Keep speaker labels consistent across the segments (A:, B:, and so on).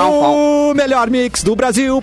A: um
B: O melhor mix do Brasil.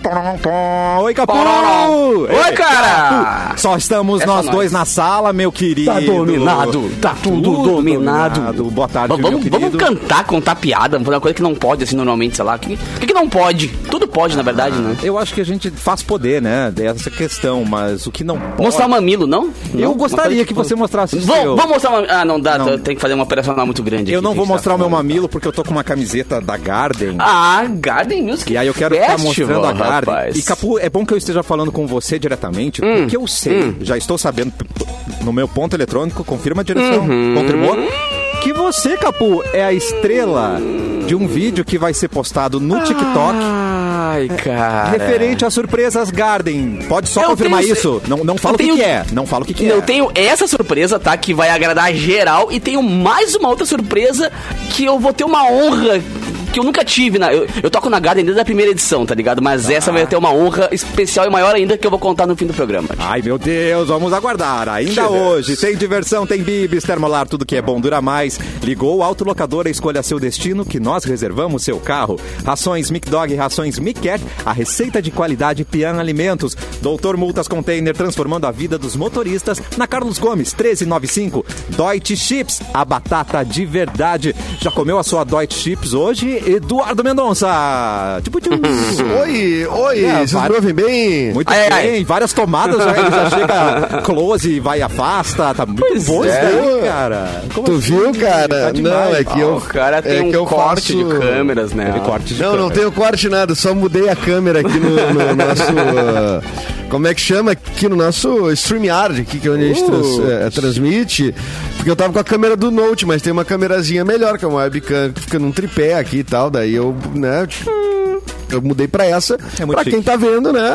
B: Oi, Capu! Uh, tá
A: Oi, cara!
B: Capu. Só estamos
A: É só
B: nós
A: nós.
B: dois na sala, meu querido.
A: Tá dominado, tá tudo dominado.
B: Boa tarde,
A: Mas
B: meu
A: Vamos, vamos
B: querido.
A: cantar, contar piada, fazer uma coisa que não pode, assim, normalmente, sei lá. O que, o que que não pode? Tudo pode, na verdade, né?
B: Eu acho que a gente faz poder, né? Dessa questão, mas o que não pode...
A: Mostrar o mamilo, não? Não?
B: Eu
A: Uma
B: gostaria
A: coisa
B: que você mostrasse o seu.
A: Vamos, vamos mostrar o mamilo. Ah, não dá,
B: Não.
A: tem que fazer uma operacional muito grande.
B: Eu
A: aqui,
B: não
A: tem
B: vou
A: que
B: mostrar o meu
A: estar-
B: mamilo porque eu tô com uma camiseta da Garden.
A: Ah, Garden Music.
B: E aí eu quero ficar
A: Festival,
B: mostrando a Garden.
A: rapaz. Hum,
B: E Capu, é bom que eu esteja falando com você diretamente, porque eu sei, já estou sabendo p- p- no meu ponto eletrônico, confirma a direção,
A: Uhum.
B: confirmou? Que você, Capu, é a estrela de um vídeo que vai ser postado no TikTok.
A: Ai, Ah,
B: É,
A: cara.
B: Referente às surpresas Garden. Pode só
A: Eu
B: confirmar
A: tenho-
B: isso. Não, não fala
A: Eu
B: o que,
A: tenho-
B: que é. Não fala o que, que é.
A: Eu tenho essa surpresa, tá? Que vai agradar geral. E tenho mais uma outra surpresa que eu vou ter uma honra que eu nunca tive. Na, eu, eu toco na Garden desde a primeira edição, tá ligado? Mas essa vai ter uma honra especial e maior ainda que eu vou contar no fim do programa.
B: Ai, meu Deus, vamos aguardar. Ainda hoje tem diversão, tem bibis, termolar, tudo que é bom dura mais. Ligou o autolocador, escolha seu destino que nós reservamos seu carro. Rações Mic Dog, rações Mic Cat, a receita de qualidade Pian Alimentos. Doutor Multas Container, transformando a vida dos motoristas. Na Carlos Gomes, 1395. Deutsche Chips, a batata de verdade. Já comeu a sua Deutsche Chips hoje? Eduardo Mendonça. Tipo, tipo,
C: Oi, oi,
B: É,
C: vocês
B: para-
C: me ouvem bem?
B: muito
A: Ai, ai,
B: bem, várias tomadas, já, ele já chega close e vai e afasta. Tá muito bom isso
C: é.
B: daí, cara. Como
C: Tu
B: assim?
C: viu, cara?
B: Tá demais.
C: não, é que eu.
A: o cara tem
C: é que
A: um
C: eu
A: corte
C: faço-
A: de câmeras, né?
B: Teve corte de
C: Não, não
B: câmera.
C: tenho corte nada, só mudei a câmera aqui no, no nosso. ah, como é que chama? Aqui no nosso StreamYard, aqui que é onde a gente trans-
B: Uh.
C: eh, transmite. Porque eu tava com a câmera do Note, mas tem uma câmerazinha melhor, que é uma webcam que fica num tripé aqui e tal. Daí eu, né? Eu mudei pra essa.
B: É muito
C: pra quem
B: chique.
C: tá vendo, né?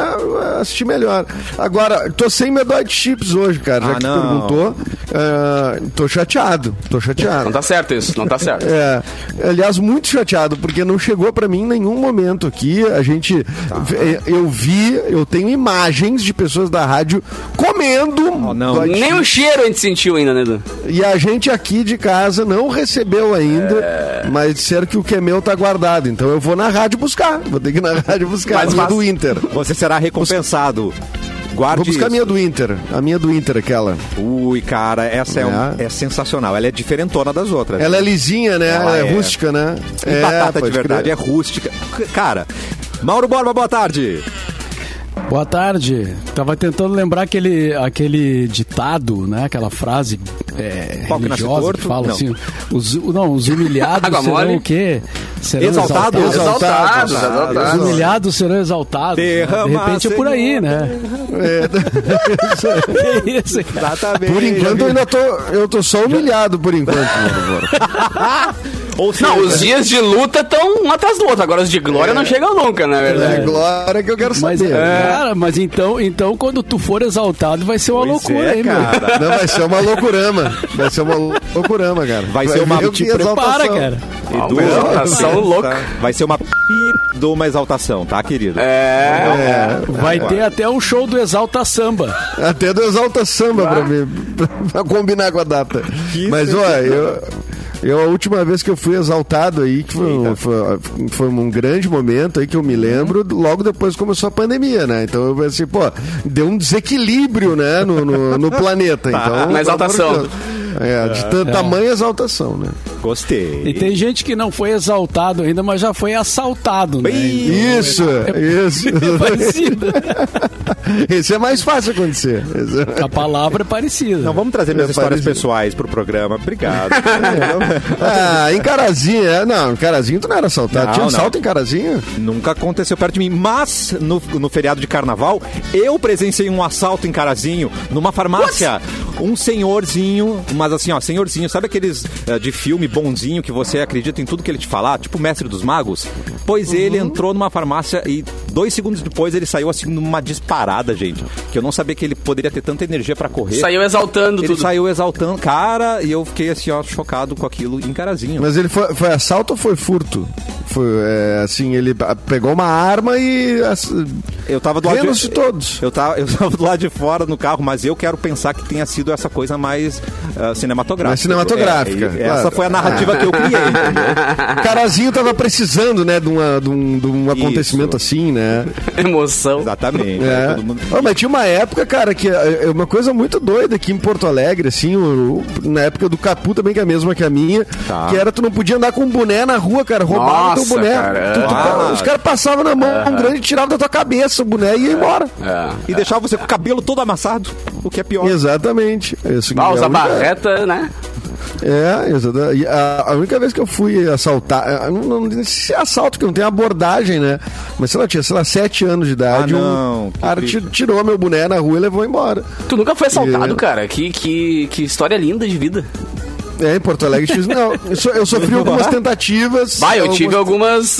C: Assistir melhor. Agora, tô sem meu Dodge Chips hoje, cara. Já
B: Ah,
C: que
B: não.
C: tu perguntou. Ah, tô chateado. Tô chateado.
A: Não tá certo isso, não tá certo.
C: É, aliás, muito chateado, porque não chegou pra mim em nenhum momento aqui. A gente.
B: Tá.
C: v- Eu vi, eu tenho imagens de pessoas da rádio comendo.
B: Oh, não.
C: Dodge
A: Nem o cheiro a gente sentiu ainda, né, Edu?
C: e a gente aqui de casa não recebeu ainda, mas disseram que o que é meu tá guardado. Então eu vou na rádio buscar. Vou ter que ir na rádio buscar.
A: Mas
C: a minha
A: faz-
C: do Inter.
B: Você será recompensado. Guarde
C: Vou buscar a
B: isso.
C: minha do Inter. A minha do Inter, aquela.
B: Ui, cara, essa é, um-
C: É.
B: é sensacional. Ela é diferentona das outras.
C: Ela é lisinha, né?
B: Ela
C: Ela é,
B: é.
C: rústica, né?
B: E batata de
C: pode
B: verdade,
C: crer.
B: é rústica. C- Cara, Mauro Borba, boa tarde.
D: Boa tarde. Tava tentando lembrar aquele, aquele ditado, né? Aquela frase é,
B: Pau que nasce
D: religiosa
B: torto?
D: que fala
B: Não.
D: assim, os, não, os humilhados
A: Água
D: serão
A: mole.
D: o quê? Serão
B: Exaltado,
C: exaltado.
D: exaltados.
A: Exaltados,
C: Exaltados,
A: exaltados.
D: Os humilhados serão exaltados. né? De
B: Derrama,
D: repente é por aí, né?
B: É.
D: Que isso, cara?
B: Exatamente.
C: Por enquanto eu ainda tô. Eu tô só humilhado por enquanto, meu amor.
B: Ou seja,
A: Não, os dias de luta estão um atrás do outro. Agora os de glória não chegam nunca, na
C: É
A: verdade.
C: glória que eu quero
D: Mas,
B: É.
D: é,
C: saber.
D: cara, mas então, então quando tu for exaltado vai ser uma
B: Pois
D: loucura,
B: é,
D: hein, meu?
B: cara.
C: Não, vai ser uma loucurama. Vai ser uma loucurama, cara.
B: Vai ser uma-
C: ver
B: te
C: que exaltação.
D: Para, cara.
B: Edu,
A: uma exaltação
B: tá?
A: louca.
B: Vai ser uma p... de uma exaltação, tá, querido?
A: É.
D: Vai ter até um show do Exalta Samba.
C: Até do Exalta Samba pra, mim, pra, pra combinar com a data.
B: Que
C: Mas, ó, eu, eu a última vez que eu fui exaltado aí, que foi, um- foi, foi um grande momento aí que eu me lembro, logo depois começou a pandemia, né? Então eu pensei, pô, deu um desequilíbrio, né, no, no, no planeta. Então, pelo amor de
A: exaltação.
C: Deus. É, de tan- tamanha exaltação, né?
B: Gostei.
D: E tem gente que não foi exaltado ainda, mas já foi assaltado, né?
B: Ih,
C: Isso, isso.
D: É parecido.
C: Esse é mais fácil acontecer. Esse é-
D: A palavra é parecida.
B: Não, então, vamos trazer minhas
C: É,
B: histórias
C: parece-
B: pessoais pro programa. Obrigado.
C: Ah, em Carazinho, é, não, em Carazinho tu não era assaltado.
B: Não,
C: Tinha
B: não.
C: assalto em Carazinho?
B: Nunca aconteceu perto de mim, mas no, no feriado de carnaval, eu presenciei um assalto em Carazinho, numa farmácia. Um senhorzinho, mas assim, ó, senhorzinho, sabe aqueles eh, de filme bonzinho que você acredita em tudo que ele te falar? Tipo o Mestre dos Magos?
A: Uhum.
B: Pois ele entrou numa farmácia e dois segundos depois ele saiu assim numa disparada, gente. Que eu não sabia que ele poderia ter tanta energia pra correr.
A: Saiu exaltando
B: ele
A: tudo.
B: saiu exaltando, cara, e eu fiquei assim, ó, chocado com aquilo em Carazinho.
C: Mas ele foi, foi assalto ou foi furto? Foi, é, assim, ele ah, pegou uma arma e. assim,
B: Eu tava do lado
C: Menos de todos.
B: Eu tava, eu tava do lado de fora no carro, mas eu quero pensar que tenha sido essa coisa mais ah, cinematográfica.
C: Mais cinematográfica,
B: É, e
C: claro.
B: Essa foi a narrativa que eu criei. entendeu?
C: Carazinho tava precisando, né, de, uma- de um, de um acontecimento assim, né?
A: Emoção.
B: Exatamente.
C: É.
B: Todo mundo-
C: Ô, mas tinha uma época, cara, que é é uma coisa muito doida aqui em Porto Alegre, assim, o- o- na época do Capu também, que é a mesma que a minha,
B: Tá.
C: que era tu não podia andar com um boné na rua, cara, roubavam teu
A: Nossa,
C: boné.
A: cara,
C: Tu- tu-
B: é.
C: os caras passavam na mão um grande, tiravam da tua cabeça o boné e ia embora.
A: É.
B: E deixava você com o cabelo todo amassado, o que é pior.
C: Exatamente. Esse
A: Ah,
C: é
A: usa
C: a única-
A: barreta, né?
C: É, exata- e A, a única vez que eu fui assaltar, ah, não, não, não sei se é assalto, porque não tem abordagem, né? Mas sei lá, eu tinha, sei lá, sete anos de idade.
B: Ah,
C: um
B: não, que
C: cara
B: triste.
C: ti- tirou meu boné na rua e levou embora.
A: Tu nunca foi assaltado,
C: É.
A: cara. Que, que, que história linda de vida.
C: É, em Porto Alegre, tive- não. Eu, so- eu sofri algumas tentativas.
A: Vai, eu tive
C: algumas-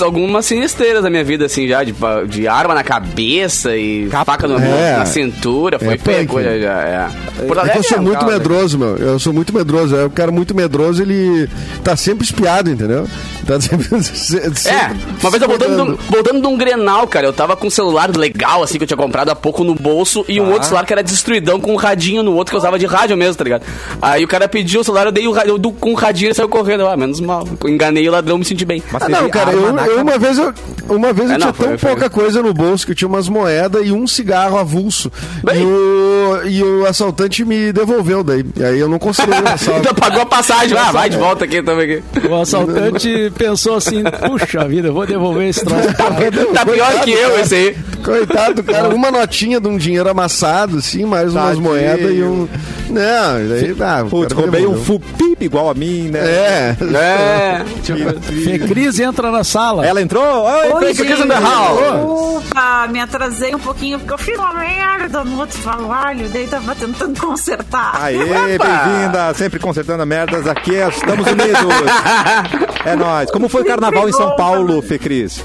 A: algumas, algumas sinisteiras na minha vida, assim, já, de, pa- de arma na cabeça e faca no-
C: É.
A: na cintura, foi
C: É
A: feia
C: punk,
A: coisa
C: né?
A: já, é. Porto
C: É que eu
A: Alegre
C: sou
A: um
C: muito
A: caos, né?
C: medroso, meu. Eu sou muito medroso. É um cara muito medroso, ele tá sempre espiado, entendeu? Tá sempre. sempre
A: É, uma vez eu voltando, de um- voltando de um Grenal, cara, eu tava com um celular legal, assim, que eu tinha comprado há pouco no bolso, e um
C: Ah.
A: outro celular que era destruidão com um radinho no outro que eu usava de rádio mesmo, tá ligado? Aí o cara pediu o celular, eu dei o rádio, eu dou com o radinho ele saiu correndo. Ah, menos mal. Enganei o ladrão, me senti bem.
B: Mas
C: Ah,
B: teve
C: não, cara, eu,
B: arma na
C: eu uma vez eu, uma vez eu
A: É,
C: tinha
A: não, foi-
C: tão
A: foi-
C: pouca coisa no bolso que eu tinha umas moedas e um cigarro avulso.
A: Bem.
C: E o, e o assaltante me devolveu daí. E aí eu não consegui o
A: Então
C: assalto.
A: pagou a passagem, ah, vai de volta aqui, tamo aqui.
D: O assaltante pensou assim, puxa vida, eu vou devolver esse troço.
A: Tá pior
C: Coitado,
A: que eu
C: cara.
A: esse aí.
C: Coitado, cara, uma notinha de um dinheiro amassado, assim, mais umas
B: Tadinho.
C: moedas e um. Não, daí dá.
B: Putz, roubei um fupip igual a mim, né?
C: É. tipo,
A: É.
D: Fecris entra na sala.
B: Ela entrou? Oi,
A: Oi,
B: Fecris.
A: Fecris in the house.
E: Opa, me atrasei um pouquinho porque eu fiz uma merda no outro trabalho, daí tava tentando consertar.
B: Aê, bem-vinda! Sempre consertando merdas aqui, estamos unidos! É nóis! Como foi o carnaval em São Paulo, Fecris?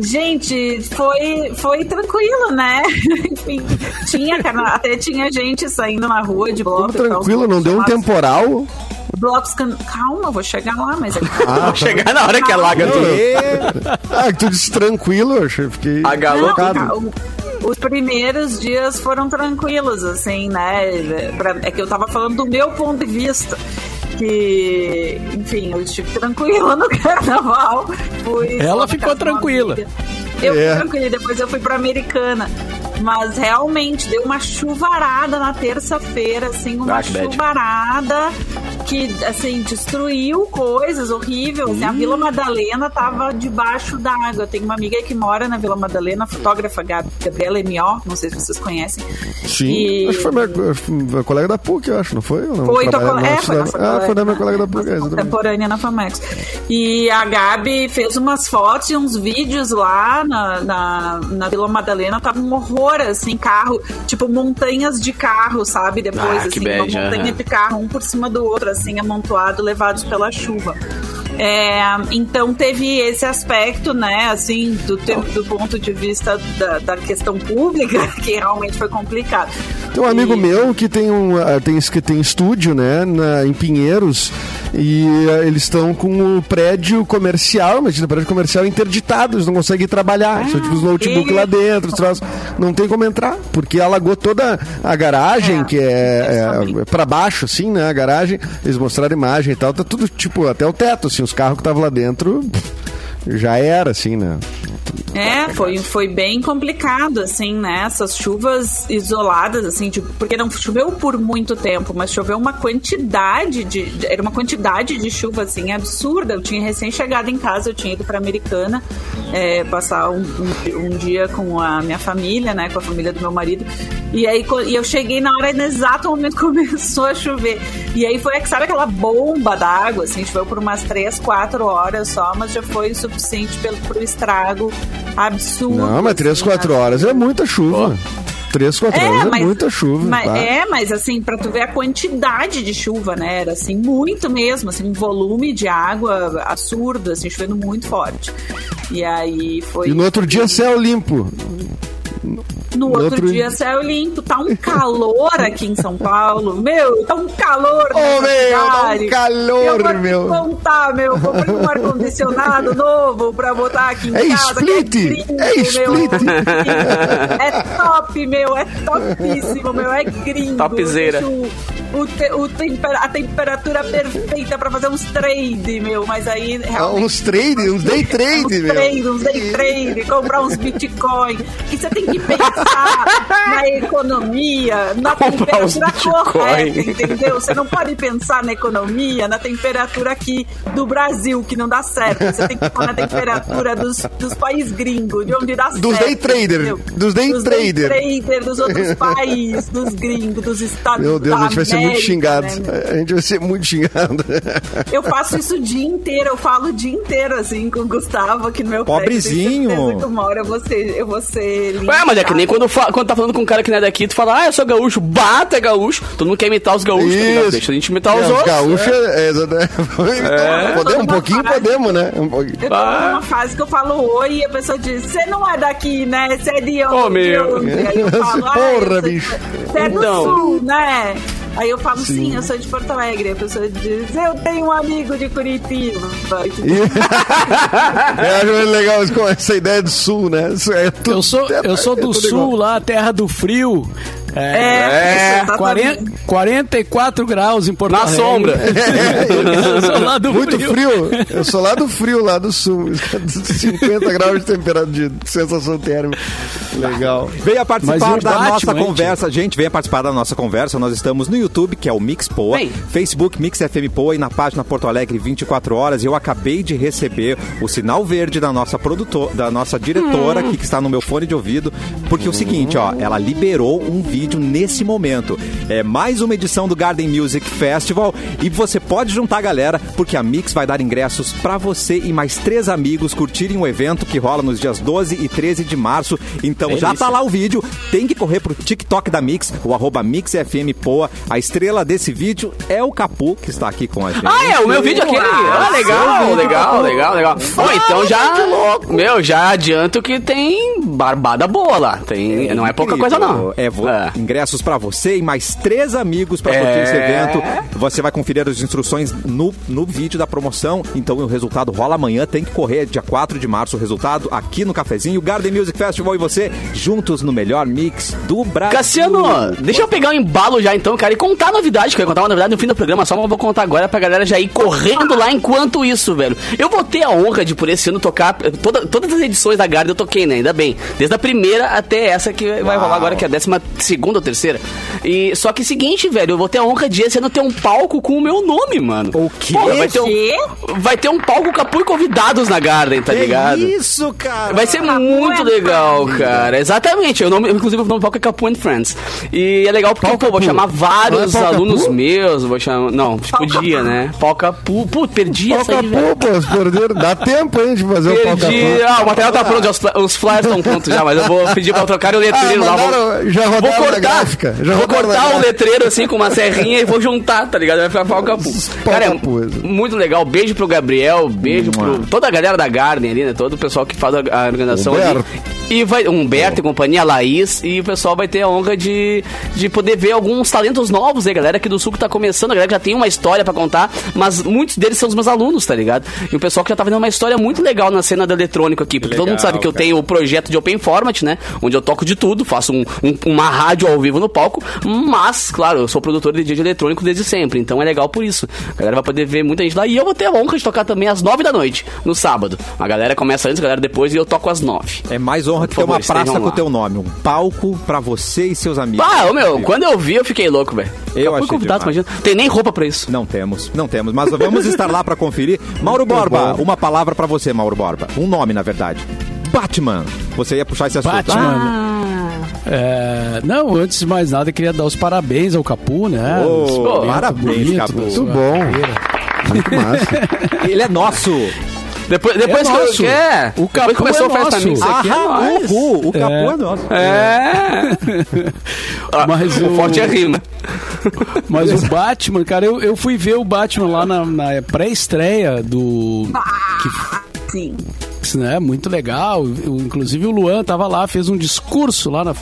E: Gente, foi, foi tranquilo, né? Enfim, tinha, carna- até tinha gente saindo na rua de bloco. e tal,
C: Tranquilo, não deu um
E: chamados-
C: temporal.
E: Blocos can... Calma, eu vou chegar lá, mas é
A: Vou chegar na hora que a laga tudo.
B: E...
C: Ah, que tu disse tranquilo, eu achei. Fiquei.
A: A galo-
E: Não,
C: chocado.
E: tá, o- os primeiros dias foram tranquilos, assim, né? Pra- é que eu tava falando do meu ponto de vista. Que, enfim, eu estive tranquila no carnaval. Fui
D: Ela
E: só na
D: ficou
E: casa de uma
D: tranquila.
E: amiga. Eu
C: É.
E: fui tranquila, e depois eu fui pra Americana. Mas realmente deu uma chuvarada na terça-feira, assim, uma
A: Ah, que bad.
E: chuvarada que, assim, destruiu coisas horríveis. Assim, a Vila Madalena tava debaixo da água. Eu tenho uma amiga que mora na Vila Madalena, a fotógrafa Gab- Gabriela M.O., não sei se vocês conhecem.
C: Sim.
E: E-
C: Acho que foi minha, minha colega da PUC, eu acho, não foi? Eu não
E: Foi, tua
C: trabalhava
E: colega.
C: na
E: É, foi
C: cidade-
E: nossa
C: Ah, foi da minha colega da
E: nossa
C: PUC, exatamente.
E: Contemporânea na FAMEX. E a Gabi fez umas fotos e uns vídeos lá na, na, na Vila Madalena. Tava um horror, assim, carro, tipo montanhas de carro, sabe? Depois,
A: Ah, que
E: assim,
A: bad,
E: uma montanha
A: aham.
E: de carro, um por cima do outro, assim, amontoado, levados pela chuva. É, então teve esse aspecto, né, assim, do, te- do ponto de vista da, da questão pública, que realmente foi complicado.
C: Tem um amigo
E: E-
C: meu que tem um ah, tem, es- que tem estúdio, né, na- em Pinheiros, e ah, eles estão com o prédio comercial, imagina, o prédio comercial interditado, eles não conseguem
E: Ah,
C: trabalhar, só tipo os notebook lá dentro, os troços, não tem como entrar, porque alagou toda a garagem,
E: É,
C: que é,
E: justamente.
C: é pra baixo, assim, né, a garagem, eles mostraram imagem e tal, tá tudo, tipo, até o teto, assim, os carros que estavam lá dentro, pff, já era, assim, né.
E: É, foi, foi bem complicado, assim, né? Essas chuvas isoladas, assim, tipo, porque não choveu por muito tempo, mas choveu uma quantidade de. de- Era uma quantidade de chuva, assim, absurda. Eu tinha recém-chegado em casa, eu tinha ido pra Americana é, passar um, um- um dia com a minha família, né? Com a família do meu marido. E aí co- e eu cheguei na hora, no exato momento que começou a chover. E aí foi, sabe aquela bomba d'água, assim, choveu por umas três, quatro horas só, mas já foi o suficiente pelo, pro estrago absurdo.
C: Não, mas 3,
E: assim,
C: 4
E: né?
C: horas é muita chuva. 3, 4 horas é muita chuva.
E: mas-
C: tá?
E: É, mas assim, pra tu ver a quantidade de chuva, né? Era assim, muito mesmo, assim, um volume de água absurdo, assim, chovendo muito forte. E aí foi.
C: E no outro dia céu limpo.
E: No outro, dia, céu limpo. Tá um calor aqui em São Paulo. Meu, tá um calor.
C: Ô,
E: nessa
C: meu, tá um
E: cidade.
C: calor,
E: Eu vou te
C: meu.
E: contar, meu. Comprei um ar-condicionado novo pra botar aqui em
C: É
E: casa. que
C: split,
E: gringo,
C: é split.
E: Meu. É top, meu. É topíssimo, meu. É gringo.
A: Topzera.
E: Deixa O, o te- o tempera- a temperatura perfeita pra fazer uns trade, meu. Mas aí,
C: Ah,
E: realmente,
C: Uns trade, uns day trade,
E: uns trade,
C: meu.
E: uns day trade, comprar uns bitcoin. Que você tem que pensar na economia, na
A: Comprar uns
E: temperatura
A: Bitcoin.
E: correta, entendeu? Você não pode pensar na economia, na temperatura aqui do Brasil, que não dá certo. Você tem que pensar na temperatura dos, dos países gringos, de onde dá certo.
C: Dos day trader,
E: entendeu?
C: dos day trader.
E: trader, dos outros países, dos gringos, dos Estados
C: Meu Deus,
E: da
C: a gente vai ser muito
E: América,
C: xingado.
E: né,
C: A gente vai ser muito xingado.
E: eu faço isso o dia inteiro, eu falo o dia inteiro, assim, com o Gustavo aqui no meu
B: Pobrezinho.
E: pé. eu tenho certeza que Uma hora eu vou ser, eu vou ser
A: Ué, mas é que nem
E: linchada.
A: quando, fa- quando tá falando com um cara que não é daqui, tu fala, ah, eu sou gaúcho, bata é gaúcho. Todo mundo quer imitar os gaúchos, tá ligado?
C: Isso.
A: Deixa a gente imitar os
C: Os
A: outros. né? É.
C: gaúchos, é, exatamente. podemos, um pouquinho podemos, né? Um pouquinho.
E: Eu tô
A: Ah.
E: numa fase que eu falo oi e a pessoa diz, você não é daqui, né? Você é de onde?
A: Ô, meu.
E: De onde?" Aí eu falo, "Ah,
C: Porra,
E: eu sou-
C: bicho.
E: Você é do
A: Então.
E: sul, né? Aí eu falo, sim. eu sou de Porto Alegre. A pessoa diz, eu tenho um amigo de Curitiba.
C: Eu acho muito legal isso, com essa ideia do sul, né? Isso é tudo- é
D: Eu sou, eu sou do
C: tudo
D: sul
C: igual.
D: lá, terra do frio.
E: É, exatamente.
D: 40, 44 graus em Porto
A: Na
D: Alegre.
A: sombra.
C: É,
D: Eu sou lá do
C: Muito
D: frio.
C: frio. Eu sou lá do frio, lá do sul. 50 graus de temperatura, de sensação térmica. Legal.
B: Venha participar
D: Mas e o
B: da
D: Batman,
B: nossa
D: hein, tio?
B: conversa. Gente, venha participar da nossa conversa. Nós estamos no YouTube, que é o Mix Poa,
A: Vem.
B: Facebook Mix FM Poa e na página Porto Alegre 24 horas. Eu acabei de receber o sinal verde da nossa produtora, da nossa diretora, aqui, que está no meu fone de ouvido, porque é o seguinte, ó, ela liberou um vídeo nesse momento. É mais uma edição do Garden Music Festival e você pode juntar a galera porque a Mix vai dar ingressos para você e mais três amigos curtirem o evento que rola nos dias 12 e 13 de março. Então já tá lá o vídeo, tem que correr pro TikTok da Mix, o arroba MixFMPoa. A estrela desse vídeo é o Capu, que está aqui com a gente.
A: Ah, é, o meu vídeo aqui. Ah, legal, legal, legal, legal. Ó, então já. Meu, já adianto que tem barbada boa lá. Tem, não é pouca coisa,
B: Incrível.
A: não.
B: É, vo-
A: É.
B: ingressos pra você e mais três amigos pra curtir
A: É.
B: esse evento. Você vai conferir as instruções no, no vídeo da promoção. Então o resultado rola amanhã, tem que correr dia 4 de março o resultado aqui no cafezinho Garden Music Festival e você juntos no melhor mix do Brasil.
A: Cassiano, deixa eu pegar o embalo já então, cara, e contar a novidade, que eu ia contar uma novidade no fim do programa, só mas eu vou contar agora pra galera já ir correndo lá enquanto isso, velho. Eu vou ter a honra de, por esse ano, tocar eh, toda- todas as edições da Garda eu toquei, né? Ainda bem. Desde a primeira até essa que vai rolar agora, que é a décima segunda ou terceira. E, só que é o seguinte, velho, eu vou ter a honra de esse ano ter um palco com o meu nome, mano.
B: O quê?
A: Porra, vai ter
E: Quê?
A: um, vai ter um palco capu e convidados na Garden, tá ligado?
B: Que É isso, cara?
A: Vai ser
E: Capu
A: muito
E: and
A: legal, cara. Exatamente. Eu nome, inclusive, o nome do palco é Capu and Friends. E é legal porque, pô, vou chamar vários
C: Não é Pau
A: alunos
C: Capu?
A: meus. Vou chamar. Não, podia, né? Pau Capu. Pô, perdi essa
C: Falta
A: aí, velho.
C: pouco, as perderam. Dá tempo, hein, de fazer o palco
A: Perdi. Ah, o material tá pronto, já, os, fla- os flyers estão prontos já, mas eu vou pedir pra trocar o letreiro
C: Ah,
A: lá.
C: mandaram-
A: Vou,
C: já
A: vou
C: rodaram na
A: cortar,
C: gráfica, já
A: vou
C: rodaram na
A: cortar o
C: gráfica.
A: letreiro assim com uma serrinha e vou juntar, tá ligado? Vai ficar pau capu.
C: Pau
A: Cara, é
C: Capu,
A: mu-
C: isso.
A: muito legal. Beijo pro Gabriel, beijo pro toda a galera da Garden ali, né? Todo o pessoal que faz a, a organização ali.
C: Humberto.
A: E vai, Humberto e companhia, a Laís, e o pessoal vai ter a honra de, de poder ver alguns talentos novos, aí, galera aqui do Sul que tá começando, a galera que já tem uma história pra contar, mas muitos deles são os meus alunos, tá ligado? E o pessoal que já tá fazendo uma história muito legal na cena da eletrônica aqui, porque todo mundo sabe que eu tenho o projeto de Open Format, né? Onde eu toco de tudo, faço um- um- uma rádio ao vivo no palco, mas, claro, eu sou produtor de DJ eletrônico desde sempre, então é legal por isso. A galera vai poder ver muita gente lá, e eu vou ter a honra de tocar também às nove da noite, no sábado. A galera começa antes, a galera depois, e eu toco às nove.
B: É mais honra que
A: Por
B: ter uma
A: favor, estejam
B: praça com o
A: lá.
B: teu nome. Um palco pra você e seus amigos.
A: Pá, Ah, ô, meu, quando eu vi, eu fiquei louco, velho.
B: Eu
A: Fui
B: achei
A: convidado,
B: demais.
A: imagina. Tem nem roupa pra isso.
B: Não temos, não temos, mas vamos estar lá pra conferir. Mauro Borba, uma palavra pra você, Mauro Borba. Um nome, na verdade. Batman. Você ia puxar esse assunto.
D: Batman.
E: Ah.
D: É, não, antes de mais nada, eu queria dar os parabéns ao Capu, né?
B: Ah, Ô,
D: Esse momento
B: parabéns,
D: bonito
B: Capu.
D: da sua
C: Muito bom.
D: carreira.
C: Muito massa.
B: Ah, Ele é nosso.
A: Depois, depois
D: É
A: que eu-
D: nosso.
A: que é.
D: O
A: depois que
D: Capu
A: começou
D: é
A: a festa
D: nosso.
A: mix aqui. é
B: Ahá,
A: nóis.
B: uhul, o Capu é, nosso.
A: Ah,
D: Mas
A: o
D: o-
A: forte é rima.
D: Mas o Batman, cara, eu, eu fui ver o Batman lá na, na pré-estreia do.
E: Sim.
D: Que Fênix, né? Muito legal. Eu, inclusive o Luan tava lá, fez um discurso lá na,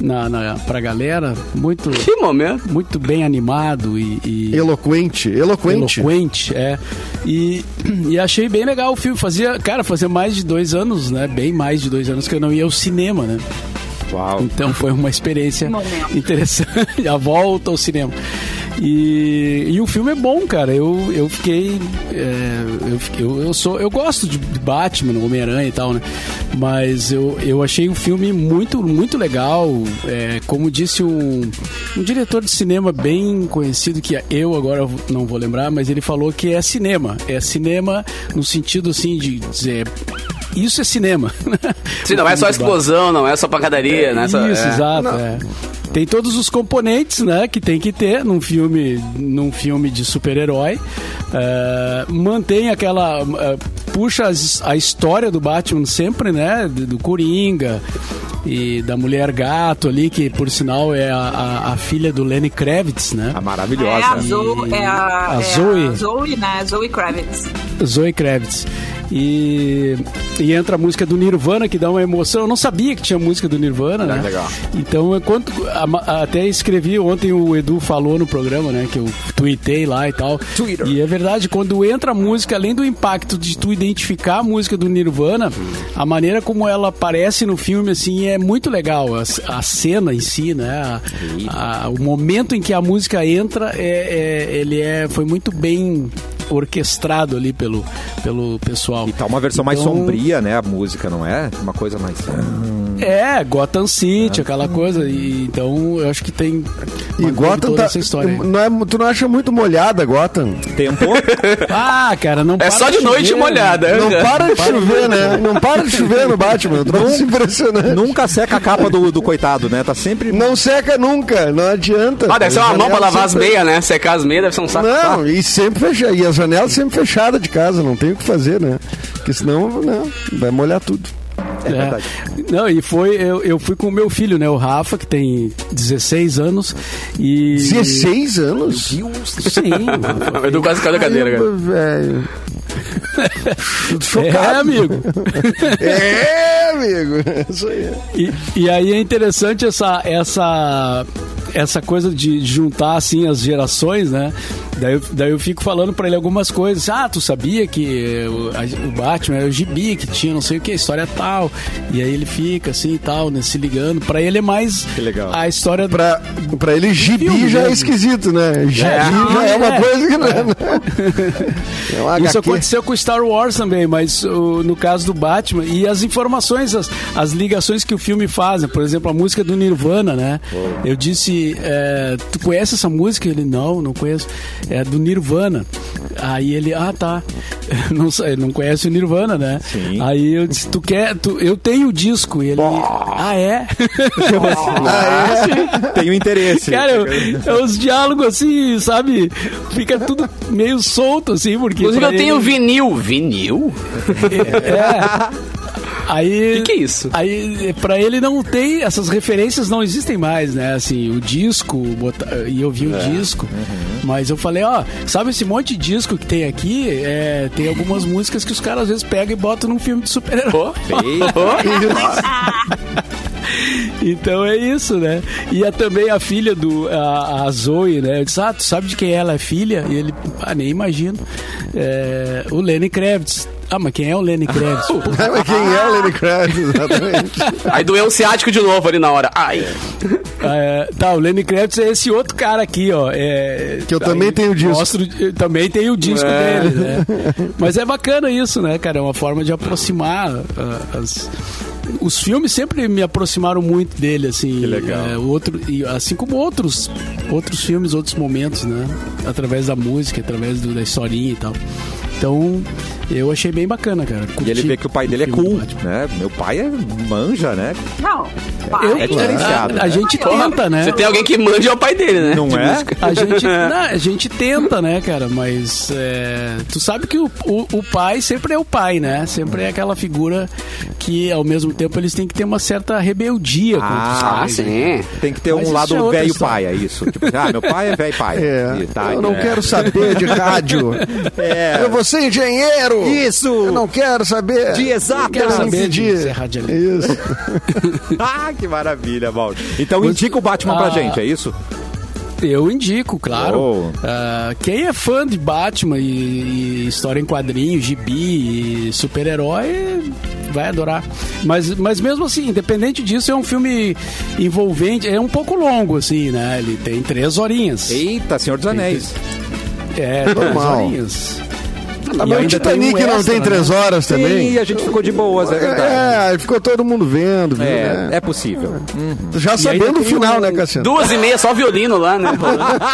D: na, na, pra galera, muito,
A: Que momento.
D: muito bem animado e- e
C: Eloquente, eloquente.
D: Eloquente, é. E, e achei bem legal o filme. Fazia, cara, fazia mais de dois anos, né? Bem mais de dois anos que eu não ia ao cinema, né?
B: Uau.
D: Então foi uma experiência
E: Momento.
D: interessante, a volta ao cinema. E, e o filme é bom, cara. Eu, eu fiquei. é, eu, fiquei- eu, eu sou, eu gosto de de Batman, Homem-Aranha e tal, né? Mas eu, eu achei o filme muito, muito legal. É, como disse um, um diretor de cinema bem conhecido, que eu agora não vou lembrar, mas ele falou que é cinema. É cinema no sentido assim de dizer. Isso é cinema.
A: Sim, não é só
D: O filme do Batman.
A: explosão, não é só pancadaria, né? Só-
D: Isso,
A: é.
D: exato. é. Tem todos os componentes, né, que tem que ter num filme, num filme de super-herói. É, mantém aquela é, puxa as- a história do Batman sempre, né, do do Coringa e da Mulher Gato ali, que por sinal é a, a- a filha do Lenny Kravitz,
B: A
D: né?
E: É a
B: tá maravilhosa.
E: Zoe, é a,
D: A
E: é a
D: Zoe.
E: Zoe, né? Zoe Kravitz.
D: Zoe Kravitz. E, e entra a música do Nirvana, que dá uma emoção. Eu não sabia que tinha música do Nirvana, né?
B: É, legal.
D: Então, enquanto, a- até escrevi ontem, o Edu falou no programa, né? Que eu tuitei lá e tal.
B: Twitter.
D: E é verdade, quando entra a música, além do impacto de tu identificar a música do Nirvana,
B: Hum.
D: a maneira como ela aparece no filme, assim, é muito legal. A, a cena em si, né? a- a- o momento em que a música entra, é, é- ele é, foi muito bem orquestrado ali pelo, pelo pessoal.
B: E tá uma versão mais
D: Então-
B: sombria, né? A música, não é? Uma coisa mais.
D: É, Gotham City, aquela coisa. E, então, eu acho que tem.
C: E
D: mantém
C: Gotham
D: toda
C: tá.
D: essa história. aí.
C: Não é- tu não acha muito molhada, Gotham?
B: Tempo.
D: Ah, cara, não
A: É
D: para
A: só de noite
D: chover, né?
A: molhada. é. Ah,
C: Não para de chover, né? Não para de chover no Batman. Não se impressionando.
B: Nunca seca a capa do, do coitado, né? Tá sempre.
C: Não seca nunca, não adianta.
A: Ah, deve ser uma mão pra lavar as
C: Sempre-
A: meias, né? Secar as meias deve ser um saco.
C: Não, e sempre fecha, e as janelas sempre fechadas de casa, não tem o que fazer, né? Porque senão, não, vai molhar tudo.
B: É verdade.
D: Não, e foi. Eu, eu fui com o meu filho, né? O Rafa, que tem 16 anos. E.
C: 16 anos?
D: Sim. Rafa.
A: Eu dou quase caiu da cadeira, cara.
C: Caramba, velho.
D: É,
C: Chocado.
D: amigo.
C: É, amigo. Isso aí.
D: E, e aí é interessante essa essa essa coisa de juntar assim as gerações, né? Daí eu, daí eu fico falando pra ele algumas coisas. Ah, tu sabia que o, a- o Batman era o gibi que tinha, não sei o que, história é tal. E aí ele fica assim e tal, né, se ligando. Pra ele é mais
B: legal.
D: a história
C: Pra, pra ele, gibi
D: Filme
C: já é
D: mesmo.
C: esquisito, né? Gibi já é uma
D: É.
C: coisa que não é. É uma
D: Isso
C: HQ.
D: aconteceu com Star Wars também, mas o- no caso do Batman e as informações, as, as ligações que o filme faz, né? por exemplo, a música do Nirvana, né? Eu disse, é, tu conhece essa música? Ele, não, não conheço. É do Nirvana. Aí ele, ah, tá. Não, sei, não conhece o Nirvana, né?
B: Sim.
D: Aí eu disse, tu quer? Tu, eu tenho o disco. E ele, ah, é?
A: Ah, é?
B: Ah, Tenho interesse.
D: Cara, eu- é os diálogos assim, sabe? Fica tudo meio solto, assim, porque.
A: Inclusive,
D: pra
A: eu tenho
D: ele-
A: vinil. Vinil?
D: É. Aí,
A: O que é isso?
D: Aí, pra ele não tem, essas referências não existem mais, né? Assim, o disco, bota- e eu vi o disco, mas eu falei, ó, sabe esse monte de disco que tem aqui? É, tem algumas músicas que os caras às vezes pegam e botam num filme de super-herói. Então é isso, né? E é também a filha do a, a Zoe, né? Eu disse, ah, tu sabe de quem ela é filha? E ele, ah, nem imagino. É, o Lenny Kravitz. Ah, mas quem é o Lenny Kravitz? Pô,
C: Ah, mas Quem é o Lenny Kravitz, exatamente.
A: Aí doeu o ciático de novo ali na hora. Ai.
D: é, tá, o Lenny Kravitz é esse outro cara aqui, ó. é-
C: Que eu também tenho o disco.
D: mostra o- eu também tem o disco
B: É.
D: dele, né? Mas é bacana isso, né, cara? É uma forma de aproximar ah, as- Os filmes sempre me aproximaram muito dele, assim. Que
B: legal.
D: outro, e assim como outros, outros filmes, outros momentos, né? Através da música, através do- da historinha e tal. Então, eu achei bem bacana, cara.
B: E ele
D: Curti
B: vê que o pai dele é
D: filme do
B: cool,
D: Batman.
B: né? Meu pai é manja, né?
E: Não, pai.
D: Eu,
B: É diferenciado,
D: a, a
B: né?
D: gente
A: Porra,
D: tenta, né?
A: Se tem alguém que mande, é o pai dele, né?
B: Não
A: De
B: é?
A: música.
D: A gente, não, a gente tenta, né, cara? Mas é, tu sabe que o, o, o pai sempre é o pai, né? Sempre é aquela figura que, ao mesmo tempo, eles têm que ter uma certa rebeldia contra os
B: Ah,
A: Ah,
D: pais. né?
A: sim.
B: Tem que ter
D: Mas
B: um
D: isso é
B: lado
D: outra
B: velho
D: história.
B: pai, é isso. Tipo, ah, meu pai é velho pai.
C: É,
B: E tá,
C: eu não
B: é.
C: quero saber de rádio.
B: É,
C: eu vou sem dinheiro.
B: Isso.
C: Eu não quero saber.
B: De exatas.
D: Quero saber de
C: Entendi.
D: ser radialista.
C: Isso.
B: Ah, que maravilha, Mauro. Então indica o Batman pra
D: Ah.
B: gente, é isso?
D: Eu indico, claro.
B: Uou.
D: Ah, quem é fã de Batman e, e história em quadrinhos, gibi e super-herói, vai adorar. Mas, mas mesmo assim, independente disso, é um filme envolvente, é um pouco longo, assim, né? Ele tem três horinhas.
B: Eita, Senhor dos Anéis.
D: É, três
C: Normal.
D: horinhas.
C: Tá,
D: E
C: mas o
D: ainda tem um
C: Titanic não
D: extra,
C: tem
D: né?
C: três horas também?
B: E a gente ficou de boas, é verdade.
C: É, aí ficou todo mundo vendo, viu,
B: É,
C: né?
B: é possível.
C: Já sabendo o
D: tem
C: final,
D: um-
C: né, Cassiano?
A: Duas e meia, só violino lá, né?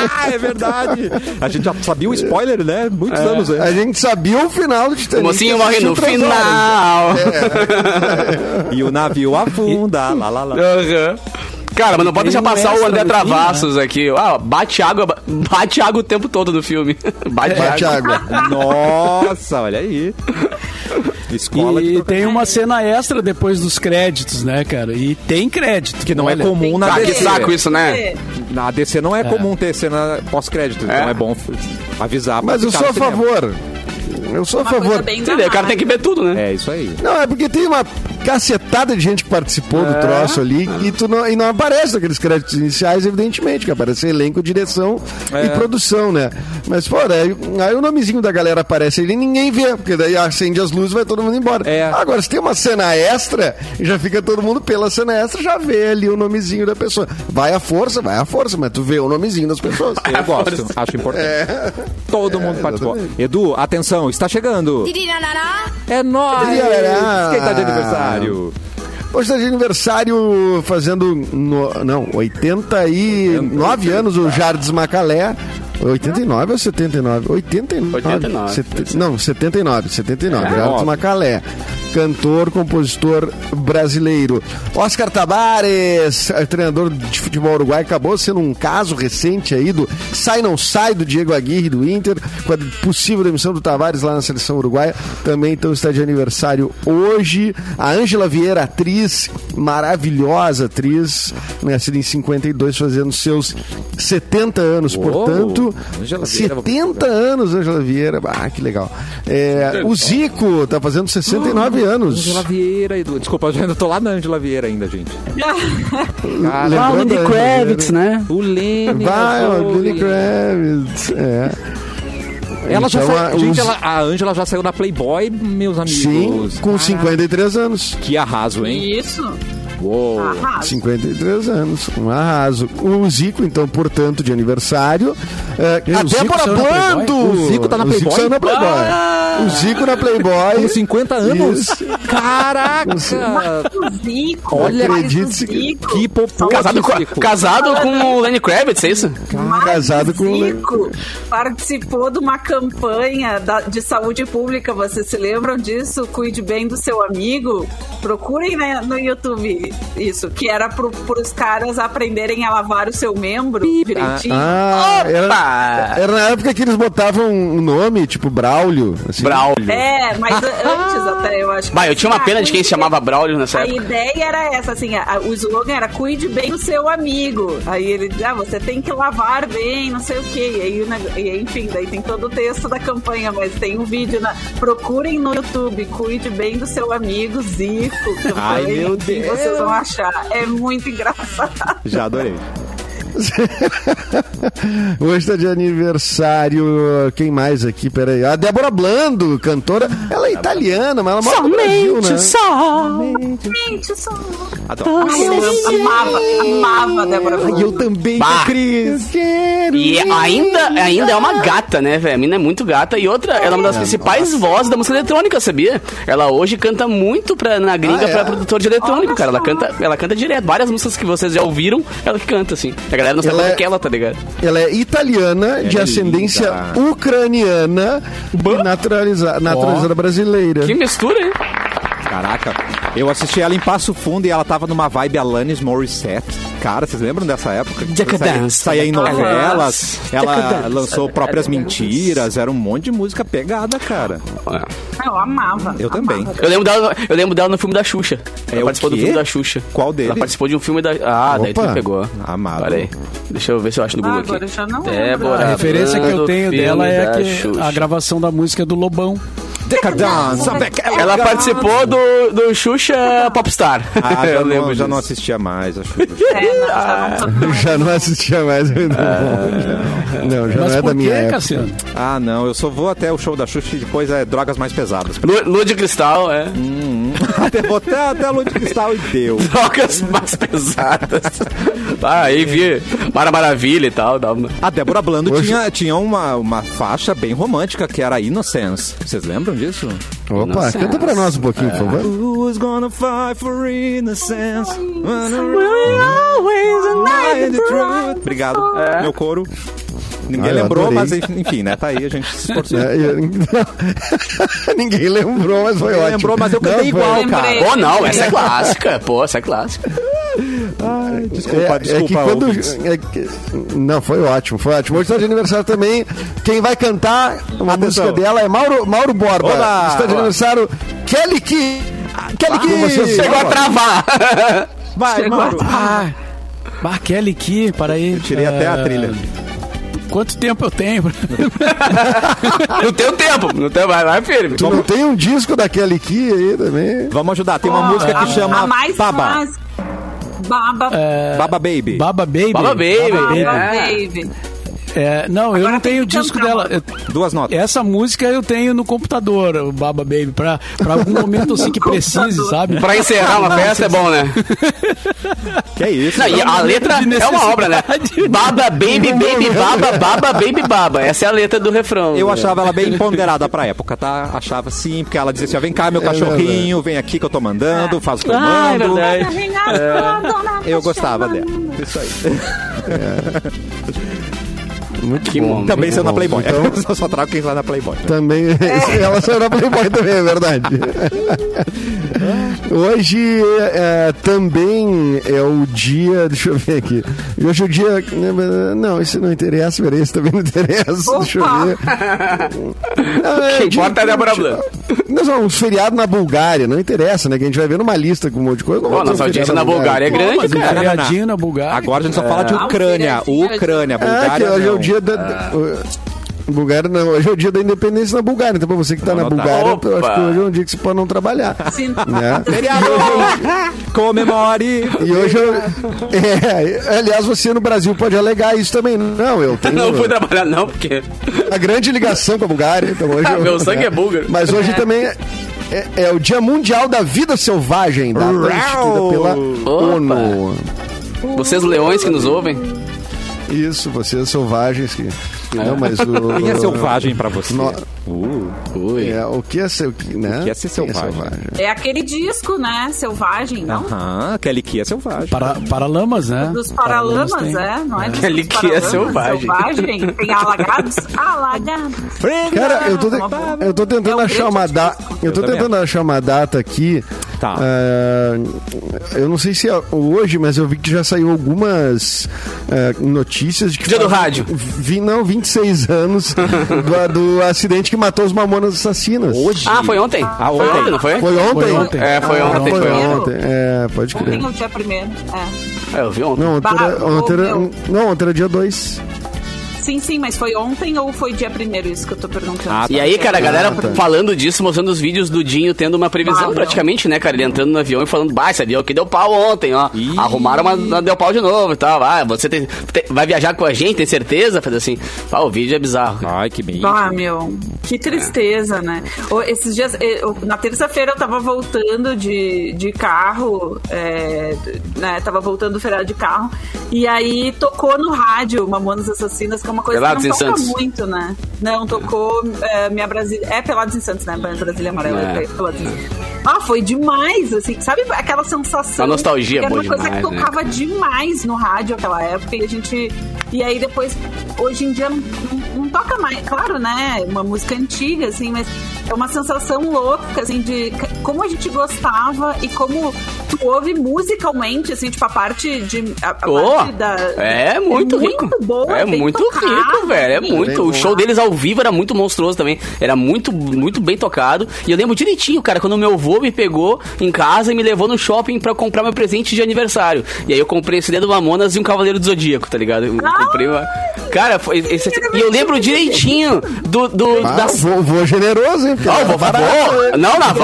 B: Ah, é verdade. A gente já sabia o spoiler, né? Muitos anos antes.
C: A gente sabia o final do Titanic.
A: Mocinho morre
C: assistiu
A: no
C: três
A: final.
B: E o navio afunda, lá, lá, lá.
A: É, Aham. Cara, mas não pode
D: Tem
A: deixar
D: um
A: passar o
D: extra
A: André
D: no fim, né?
A: Travassos aqui. Ah, bate água, ba- bate água o tempo todo no filme. Bate,
C: horas. Bate
A: água.
C: água.
B: Nossa, olha aí. Escola de
D: E
B: troca-
D: tem uma cena extra depois dos créditos, né, cara? E tem crédito.
B: que não é
D: Olha,
B: comum na
A: Ah, que
B: DC.
A: saco isso, né?
E: É.
B: Na ADC não é, comum ter cena pós-crédito, então
A: É.
B: é bom f- avisar. pra
C: Mas eu
B: ficar
C: sou a
B: Tá no cinema.
C: favor. Eu sou a
E: Uma coisa
C: favor.
E: bem
A: Entendeu? O cara tem que ver tudo, né?
B: É isso aí.
C: Não, é porque tem uma cacetada de gente que participou do troço ali e, tu não, e não aparece naqueles créditos iniciais, evidentemente, que aparece elenco, direção e produção, né? Mas, pô, daí- aí o nomezinho da galera aparece ali e ninguém vê, porque daí acende as luzes e vai todo mundo embora.
B: É.
C: Agora, se tem uma cena extra, já fica todo mundo pela cena extra, já vê ali o nomezinho da pessoa. Vai à força, vai à força, mas tu vê o nomezinho das pessoas.
B: Eu gosto, acho importante. Todo mundo participou. Edu, atenção, está chegando. É nóis!
C: Tirirará.
B: Quem tá de aniversário?
C: Hoje tá de aniversário fazendo, no- não, 89 anos o Jardim Macalé. 89 ou 79? 89.
A: 89.
C: Sete- não, 79, 79.
B: É,
C: Jardim
B: óbvio.
C: Macalé. Cantor, compositor brasileiro. Oscar Tabares, eh, treinador de futebol uruguai, acabou sendo um caso recente aí do sai não sai do Diego Aguirre do Inter, com a possível demissão do Tavares lá na seleção uruguaia. Também então está de aniversário hoje. A Ângela Vieira, atriz, maravilhosa atriz, nascida em 52, fazendo seus 70 anos,
B: Uou,
C: portanto.
B: Ângela Vieira, vou
C: 70 anos, Ângela Vieira. Ah, que legal. É, o Zico tá fazendo
B: Ah,
C: 69 anos.
B: Angela Vieira, Edu. Desculpa, eu ainda tô lá na Angela Vieira ainda, gente.
C: Lembrando a Ângela Vieira.
A: né?
B: O Leme.
C: Vai,
B: a
C: o
B: Zoe.
C: Lenny Kravitz. É.
B: Ela já
C: Então,
B: saiu.
C: a- os-
B: Gente, ela- a Angela já saiu na Playboy, meus
C: Sim,
B: amigos.
C: com 53 anos.
B: Que arraso, hein?
E: Isso. Ah,
B: Uou.
E: Arrasa.
C: 53 anos, um arraso. O Zico, então, portanto, de aniversário. É,
D: E o
C: a
D: Zico
C: Débora
D: saiu na Playboy?
C: Blando!
B: O Zico tá na
C: O Zico
B: Playboy? Ah!
C: saiu na Playboy. O Zico na Playboy.
B: Com 50 anos?
C: Isso.
B: Caraca!
E: O Zico.
C: Olha,
E: mas o
C: acredite que-
E: Zico.
B: que popô.
A: Casado
B: que
A: com,
B: Zico.
A: casado com o Lenny Kravitz, é isso?
E: Mas
C: Casado
E: o
C: com o
E: Zico participou de uma campanha da- de saúde pública, vocês se lembram disso? Cuide bem do seu amigo. Procurem né, no YouTube isso, que era para os caras aprenderem a lavar o seu membro direitinho.
C: Ah, era, era na época que eles botavam um nome, tipo Braulio. assim.
A: Braulio.
E: É, mas a- antes até, eu acho.
A: Bah, eu tinha uma
E: Ah,
A: pena de quem se
E: cuide
A: chamava Braulio nessa
E: A
A: época.
E: ideia era essa, assim, a- o slogan era cuide bem do seu amigo. Aí ele diz, ah, você tem que lavar bem, não sei o quê. E aí, o neg- e aí, enfim, daí tem todo o texto da campanha, mas tem um vídeo. Na, procurem no YouTube, cuide bem do seu amigo Zico. Campanha,
B: Ai, meu
E: que
B: Deus.
E: Vocês vão achar. É muito engraçado.
B: Já adorei.
C: Hoje tá de aniversário. Quem mais aqui? Peraí. A Débora Blando, cantora. Ela é italiana, mas ela mora no Brasil, né?
E: Gente, isso
A: Ah, tá.
B: Adoro.
E: Ai, eu amo, amava, amava a Débora
B: E eu
E: Blando.
B: também,
A: Bah.
B: Cris.
A: E ainda, ainda é uma gata, né, velho? A mina é muito gata. E outra, ela é uma das principais vozes da música eletrônica, sabia? Ela hoje canta muito pra, na gringa
C: Ah, é?
A: pra produtor de eletrônico,
E: Olha
A: cara. Ela
E: só.
A: canta, ela canta direto. Várias músicas que vocês já ouviram, ela que canta, assim. A galera não sabe
C: Ela
A: ela...
C: é-
A: que ela, tá ligado?
C: Ela é italiana, de
B: linda.
C: ascendência ucraniana e naturaliza- naturalizada brasileira.
A: Que mistura, hein?
B: Caraca, Eu assisti ela em Passo Fundo e ela tava numa vibe Alanis Morissette. Cara, vocês lembram dessa época?
A: Decadence.
B: Saía em
A: Decadence.
B: novelas, ela
A: Decadence.
B: lançou próprias mentiras, era um monte de música pegada, cara.
E: Ah, Eu amava.
B: Eu
E: amava.
B: também.
A: Eu lembro, dela, eu lembro dela no filme da Xuxa. Ela
B: É o
A: participou do
B: quê?
A: filme da Xuxa.
B: Qual deles?
A: Ela participou de um filme da. Ah, daí tu
C: Opa.
A: me pegou.
B: Amado.
A: Pera aí. Deixa eu ver se eu acho no
E: Ah,
A: Google
E: agora eu
A: aqui.
E: já não lembro.
A: Débora.
D: A referência que eu
A: Brando,
D: tenho
A: filme
D: dela é
A: da
D: que
A: né, Xuxa.
D: a gravação da música é do Lobão.
B: Decadência,
A: Ela participou do, do Xuxa Popstar.
B: Ah, já,
A: eu lembro
B: Ah, não, já não
A: disso.
B: assistia mais, acho. que-
E: É, não, já não tô-
C: Eu já não assistia mais. eu Não,
A: Ah,
C: não, já
D: Mas
C: não é
D: por
C: da minha
D: que,
C: época.
D: Cassiano?
B: Ah, não, eu só vou até o show da Xuxa e depois é drogas mais pesadas.
A: Lu- Lua de Cristal, é.
B: Hum. até botar até a lua de cristal e deu.
A: Trocas mais pesadas. Ah, aí vi Mara Maravilha e tal. um- dava uma-
B: A Débora Blando
C: Hoje-
B: tinha, tinha uma, uma faixa bem romântica que era Innocence. Vocês lembram disso?
C: Opa,
A: Nossa.
C: canta pra nós um pouquinho, por favor.
B: Who's gonna fight for innocence? Obrigado, meu coro. Ninguém
C: Ah, eu
B: lembrou,
C: adorei.
B: mas enfim, né? Tá aí, a gente se esforçou.
C: É, eu- Ninguém lembrou, mas foi
B: Ninguém
C: ótimo.
B: lembrou, mas eu cantei
C: foi-
B: igual,
E: Lembrei.
B: cara.
A: Oh, não, essa é clássica. Pô, essa é clássica.
B: Desculpa, desculpa.
C: é, é que quando-
B: ouvintes.
C: é que- não, foi ótimo, foi ótimo. Hoje está de aniversário também. Quem vai cantar uma
B: Atenção.
C: música dela é Mauro, Mauro Borba.
B: Olá.
C: está
B: Olá.
C: de
B: Ah,
C: aniversário Kelly Ah, Ki.
B: Kelly
C: com vocês,
A: Chegou a
C: Mauro.
A: travar.
B: Vai, Mauro.
D: Ah, ah Kelly Key, para aí. Eu
B: Tirei até a trilha.
D: Quanto tempo eu tenho?
A: Não tem o tempo. Não tem, vai, vai firme.
C: Tu não tem um disco da Kelly Ki aí também?
B: Vamos ajudar. Tem uma música
E: Ah, a,
B: que chama
E: a mais
B: Baba.
E: clássica. Baba.
B: Baba Baby.
D: Baba Baby.
A: Baba É, Baby.
E: Baba
A: é.
E: Baby.
D: É, não, eu
E: Agora
D: não
E: tem
D: tenho o
E: que
D: disco
E: cantar
D: dela.
E: uma
D: Eu-
B: Duas notas.
D: Essa música eu tenho no computador, o Baba Baby, pra, pra algum momento assim que precise, sabe?
A: Pra encerrar uma festa é bom, né?
B: Que é isso?
A: Não, e a letra
D: de
A: é uma obra, né?
D: necessidade.
A: Baba, baby, baby, baba, baba, baby, baba. Essa é a letra do refrão.
B: Eu achava ela bem ponderada pra época, tá? Achava sim, porque ela dizia assim: ó, vem
C: É
B: cá, meu cachorrinho, vem aqui que eu tô mandando, faz o que eu
A: Ah, é
B: mando.
A: verdade.
B: eu gostava dela. Isso aí.
C: Muito
A: Que momento.
B: Também saiu na
C: bom.
B: Playboy.
C: Então-
B: Eu só trago quem sai na Playboy. né?
C: Também,
A: É.
C: ela saiu na Playboy também, é verdade. Hoje é, também é o dia, deixa eu ver aqui. Hoje é o dia, não, isso não interessa, peraí, isso também não interessa, deixa eu ver. Não, é
A: Quem
C: dia-
A: importa é a Débora Blanc.
C: Não, só uns feriados na Bulgária, não interessa, né, que a gente vai ver numa lista com um monte de coisa. não
A: Bom,
C: vai ter um
A: nossa audiência
C: feriado
A: na Bulgária é grande,
D: Mas um
A: cara.
D: feriadinho na Bulgária.
B: Agora a gente só fala de
E: Ah, um
B: Ucrânia.
E: filhotinho,
B: Ucrânia,
C: É, que
B: Bulgária.
C: hoje é o
B: não.
C: dia
A: Ah.
C: da. o- Bulgária não, hoje é o dia da independência na Bulgária. Então, pra você que tá na
B: Vamos anotar.
C: Bulgária, eu
A: Opa!
C: acho que hoje é um dia que você pode não trabalhar.
E: Sim.
C: né?
B: Feriado! Comemore!
C: E hoje eu. É, aliás, você no Brasil pode alegar isso também. Não, eu tenho
A: Não fui trabalhar, não, porque.
C: a grande ligação com a Bulgária. Então hoje eu-
A: Meu sangue é búlgaro.
C: Mas hoje também é, é- é o Dia Mundial da Vida Selvagem, da instituída pela ONU.
A: Vocês leões que nos ouvem.
C: Isso, vocês selvagens que. Não, mas o.
B: Quem é selvagem pra você?
C: No-
B: Uh,
A: Ui.
C: É, o que é ser, né?
B: O que é ser
C: Quem
B: selvagem?
E: É aquele disco, né?
B: É.
E: Selvagem, não?
B: Aham, Kelly Key é selvagem.
D: Para, Paralamas, né?
E: Dos Paralamas,
D: Paralamas tem.
E: é? Não é? dos
A: Aquele que é
E: Paralamas,
A: selvagem.
E: Selvagem. Tem alagados? Alagados.
C: Cara, eu tô,
E: Uma boa.
C: eu tô
E: É um
C: tentando
E: grande
C: achar uma data. Eu tô
B: Eu também
C: tentando achar uma data aqui.
B: Tá.
C: Ah, eu não sei se é hoje, mas eu vi que já saiu algumas ah, notícias de que.
A: Dia do
C: fazem
A: rádio.
C: vi- não, 26 anos do, do acidente que matou os mamonas assassinas.
B: Hoje.
A: Ah, foi ontem?
B: Ah,
A: Foi
B: ontem.
A: ontem, não foi?
C: Foi ontem?
D: Foi ontem.
A: É, foi
C: Ah,
A: ontem, foi
E: ontem.
C: É, pode crer.
E: Ontem ou dia primeiro? É.
A: É, eu vi ontem.
C: Não, ontem era,
E: Bah,
C: ontem era-
E: meu.
C: não, ontem era dia 2.
E: Sim, sim, mas foi ontem ou foi dia primeiro? Isso que eu tô perguntando.
B: Ah,
A: E aí, cara, a galera
C: Ah, tá.
A: falando disso, mostrando os vídeos do Dinho tendo uma
E: Ah,
A: previsão
E: não.
A: praticamente, né, cara? Ele entrando no avião e falando, bah, esse avião aqui deu pau ontem, ó.
B: Ih.
A: Arrumaram, mas não deu pau de novo e tal. Ah, você tem- tem- vai viajar com a gente, tem certeza? Fazer assim, ah, o vídeo é bizarro.
B: Ai, que bem.
C: Tá,
E: Ah, meu, que tristeza, né? Ô, Esses dias, eh, eu- na terça-feira eu tava voltando de, de carro, é, né? Tava voltando do feriado de carro, e aí tocou no rádio Mamonas Assassinas, que é uma coisa
A: Pelados
E: que
A: em
E: não toca
A: Santos.
E: muito, né? Não, tocou eh, Minha Brasília. É Pelados em Santos, né? Brasília Amarela.
A: É.
E: É. Pelados em Santos. Ah, foi demais, assim, sabe aquela sensação?
A: A nostalgia é
E: que era
A: boa
E: uma coisa
A: demais,
E: que
A: né?
E: tocava demais no rádio aquela época e a gente. E aí depois, hoje em dia, não, não- não toca mais, claro, né? Uma música antiga, assim, mas é uma sensação louca, assim, de c- como a gente gostava e como tu ouve musicalmente, assim, tipo, a parte de. A, a
A: Ô,
E: parte da.
A: é muito rico.
E: Muito boa,
A: é
E: bem
A: muito
E: tocada,
A: rico, velho. É
E: assim.
C: Bem
A: muito.
C: bom.
A: O show deles ao vivo era muito monstruoso também. Era muito, muito bem tocado. E eu lembro direitinho, cara, quando meu avô me pegou em casa e me levou no shopping pra comprar meu presente de aniversário. E aí eu comprei esse dedo Mamonas e um Cavaleiro do Zodíaco, tá ligado? Eu comprei uma... Cara, foi, esse- e eu lembro direitinho do, do,
C: Ah,
A: da
C: vou, vou generoso, hein?
A: Ó,
C: cara?
A: vou, vou,
C: Barato,
A: vou.
C: hein?
A: né? Não, não,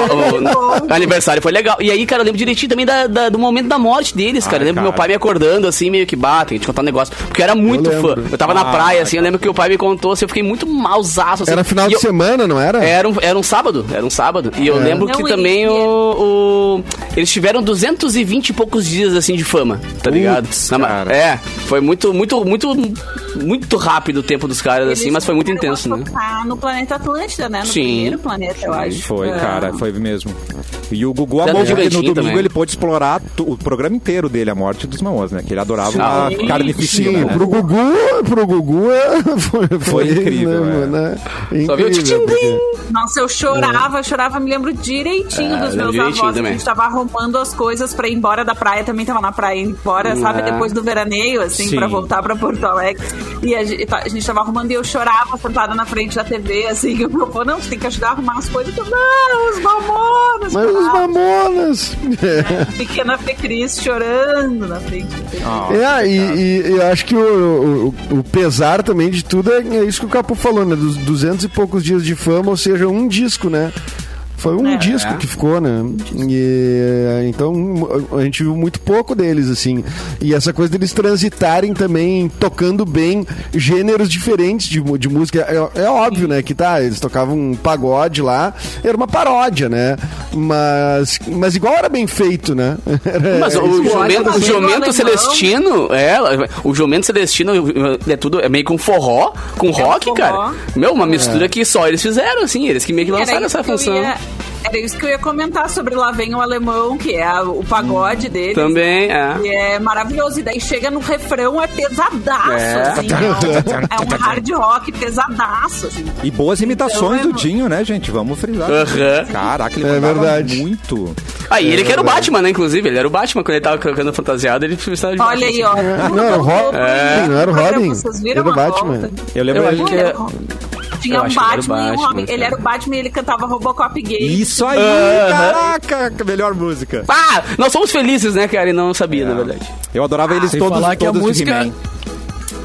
A: vou- vou- aniversário foi legal. E aí, cara, eu lembro direitinho também da- da- do momento da morte deles, cara.
B: Ai,
A: eu lembro
B: cara.
A: meu pai me acordando, assim, meio que bate, tem que te contar um negócio. Porque eu era muito
C: Eu
A: fã.
C: lembro.
A: Eu tava na
B: Ah,
A: praia, assim, eu lembro que o pai me contou, assim, eu fiquei muito mausaço, assim.
C: Era final
A: E
C: de
A: eu-
C: semana, É. não era?
A: Era um, era um sábado, era um sábado. E eu lembro
E: Não,
A: que
E: e-
A: também
E: e-
A: o, o- Eles tiveram 220 e poucos dias, assim, de fama, tá ligado? Na ma-
B: cara.
A: É, foi muito, muito, muito, muito rápido o tempo dos caras, assim,
E: Eles
A: mas foi muito
E: chegaram
A: intenso,
E: a
A: né?
E: tocar No planeta Atlântida, né? No
A: Sim.
E: primeiro planeta, eu acho.
B: Foi,
E: É.
B: cara, foi mesmo. E o Gugu
A: Tá
B: amou,
A: no
B: porque no
A: Gigantinho
B: domingo
A: também.
B: ele pôde explorar tu- o programa inteiro dele, a morte dos mamões, né? Que ele adorava
A: Sim.
B: uma carnificina,
C: Sim,
B: né?
C: pro Gugu, pro Gugu é- foi, foi, né?
B: incrível, é.
A: Só viu o
C: Incrível,
A: tchim-tchim.
E: Nossa, eu chorava, chorava, me lembro direitinho
A: É,
E: dos
A: lembro
E: meus
A: direitinho
E: avós.
A: também.
E: Que a gente tava arrumando as coisas pra ir embora da praia, também tava na praia indo embora, sabe?
A: é?
E: Depois do veraneio, assim,
B: Sim.
E: pra voltar pra Porto Alegre. E a gente, tá, a gente tava arrumando e eu chorava sentada na frente da TV, assim, que o meu avô, não, você tem que ajudar a arrumar as coisas. Eu, não, os mamonas,
C: Mas os mamonas. É.
E: pequena Fecris chorando na frente. da TV.
B: Ah,
C: É, e, e- e eu acho que o, o- o pesar também de tudo é, é isso que o Capu falou, né? Dos duzentos e poucos dias de fama, ou seja, um disco, né? Foi um
E: É.
C: disco que ficou, né? E, então a gente viu muito pouco deles, assim. E essa coisa deles transitarem também, tocando bem gêneros diferentes de, mu- de música. É, é óbvio, né? Que tá, eles tocavam um pagode lá, era uma paródia, né? Mas, mas igual era bem feito, né? Era-
E: É,
A: Mas
C: isso
A: o
C: que eu acho
A: jumento, o
E: Fazendo
A: jumento
E: alemão.
A: Celestino, é, o jumento Celestino é tudo, é meio com forró, com rock,
E: É um forró.
A: cara. Meu, uma mistura
C: É.
A: que só eles fizeram, assim, eles que meio que lançaram
E: isso
A: essa
E: que eu
A: função.
E: ia- era isso que eu ia comentar sobre Lá Vem o Alemão, que é a- o pagode dele.
A: Hum. Também, é.
E: E é maravilhoso. E daí chega no refrão, é pesadaço,
A: É.
E: assim. É um, é um hard rock pesadaço, assim.
B: E boas imitações
E: Então,
B: do Dinho, né, gente? Vamos frisar.
A: Aham.
B: Caraca, ele
C: É
B: mandava
C: verdade.
B: muito.
A: Aí ele que
C: É
A: era o Batman, né, inclusive, ele era o Batman quando ele tava cantando fantasiado, ele estava de assim.
E: Olha aí, ó.
C: Não, era o Ro- É. Não era o Robin,
E: Vocês viram
C: era o
E: a
C: Batman.
E: volta?
B: Eu lembro
A: Eu
B: ele-
A: acho que
E: Era
A: é-
E: o Robin. Tinha
A: Eu
E: um
A: acho que era o
E: Batman, e um
A: Batman,
E: Robin. Ele
A: cara.
E: era o Batman e ele cantava Robocop gay.
B: Isso aí, caraca, melhor música.
A: Ah, nós somos felizes, né, cara? E não sabia,
C: É.
A: na verdade.
B: Eu adorava eles
D: Sem
B: todos,
D: falar que a
B: todos de
D: música-
B: He-Man.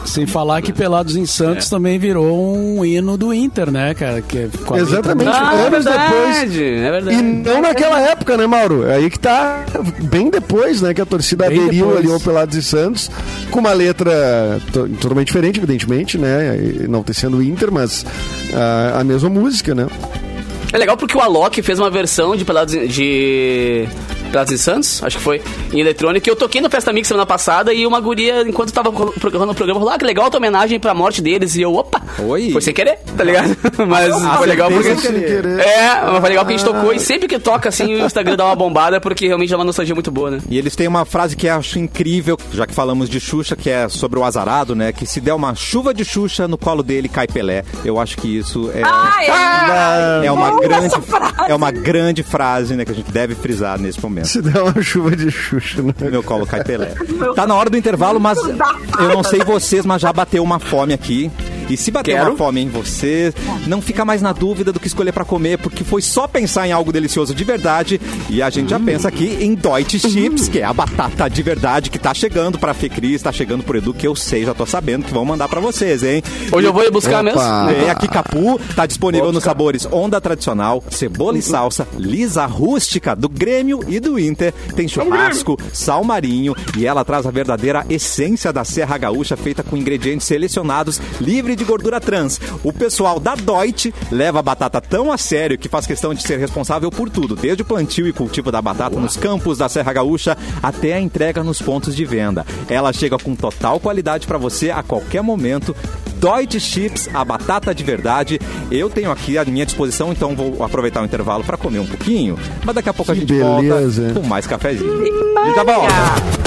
D: Sem falar que Pelados em Santos também virou um hino do Inter, né, cara? Que é com a letra-
C: Exatamente.
A: Ah, é
C: anos
A: verdade,
C: depois.
A: é
C: E
A: verdade.
C: não naquela época, né, Mauro? Aí que tá bem depois, né, que a torcida
D: Bem
C: aderiu
D: depois.
C: ali ao Pelados e Santos, com uma letra to- totalmente diferente, evidentemente, né? e Não ter sendo Inter, mas ah, a mesma música, né?
A: É legal porque o Alok fez uma versão de Pelados em, de Pelados em Santos, acho que foi, em eletrônica. Eu toquei no Festa Mix semana passada e uma guria, enquanto tava colo- programando o programa, falou: Ah, que legal a tua homenagem pra morte deles. E eu, opa!
B: Oi.
A: Foi sem querer, tá ligado? Mas
C: Ah,
A: foi legal
B: Sem
A: porque.
B: querer.
A: É, mas foi legal que a gente tocou e sempre que toca assim o Instagram dá uma bombada porque realmente é uma nostalgia muito boa, né?
B: E eles têm uma frase que eu acho incrível, já que falamos de Xuxa, que é sobre o azarado, né? Que se der uma chuva de Xuxa, no colo dele cai Pelé. Eu acho que isso é,
E: Ah, é.
B: é uma
E: boa
B: grande
E: essa frase.
B: é uma grande frase, né, que a gente deve frisar nesse momento.
C: Se der uma chuva de Xuxa, né?
B: No Meu colo cai Pelé. Tá na hora do intervalo, mas eu não sei vocês, mas já bateu uma fome aqui. E se bater
A: Quero.
B: uma fome em você, não fica mais na dúvida do que escolher pra comer, porque foi só pensar em algo delicioso de verdade. E a gente
A: Hum.
B: já pensa aqui em Deutsche Chips, que é a batata de verdade que tá chegando pra Fecris, tá chegando pro Edu, que eu sei, já tô sabendo que vão mandar pra vocês, hein?
A: Hoje eu vou ir buscar
C: Opa.
A: mesmo. né?
B: Vem aqui, Capu. Tá disponível nos sabores Onda Tradicional, Cebola e Salsa, Lisa Rústica, do Grêmio e do Inter. Tem churrasco, sal marinho e ela traz a verdadeira essência da Serra Gaúcha, feita com ingredientes selecionados, livre de gordura trans. O pessoal da Deutsche leva a batata tão a sério que faz questão de ser responsável por tudo, desde o plantio e cultivo da batata nos campos da Serra Gaúcha até a entrega nos pontos de venda. Ela chega com total qualidade para você a qualquer momento. Deutsche Chips, a batata de verdade. Eu tenho aqui à minha disposição, então vou aproveitar o intervalo para comer um pouquinho. Mas daqui a pouco a
C: Que
B: gente
C: beleza.
B: volta com mais cafezinho. Tá E já volta.
F: Rádio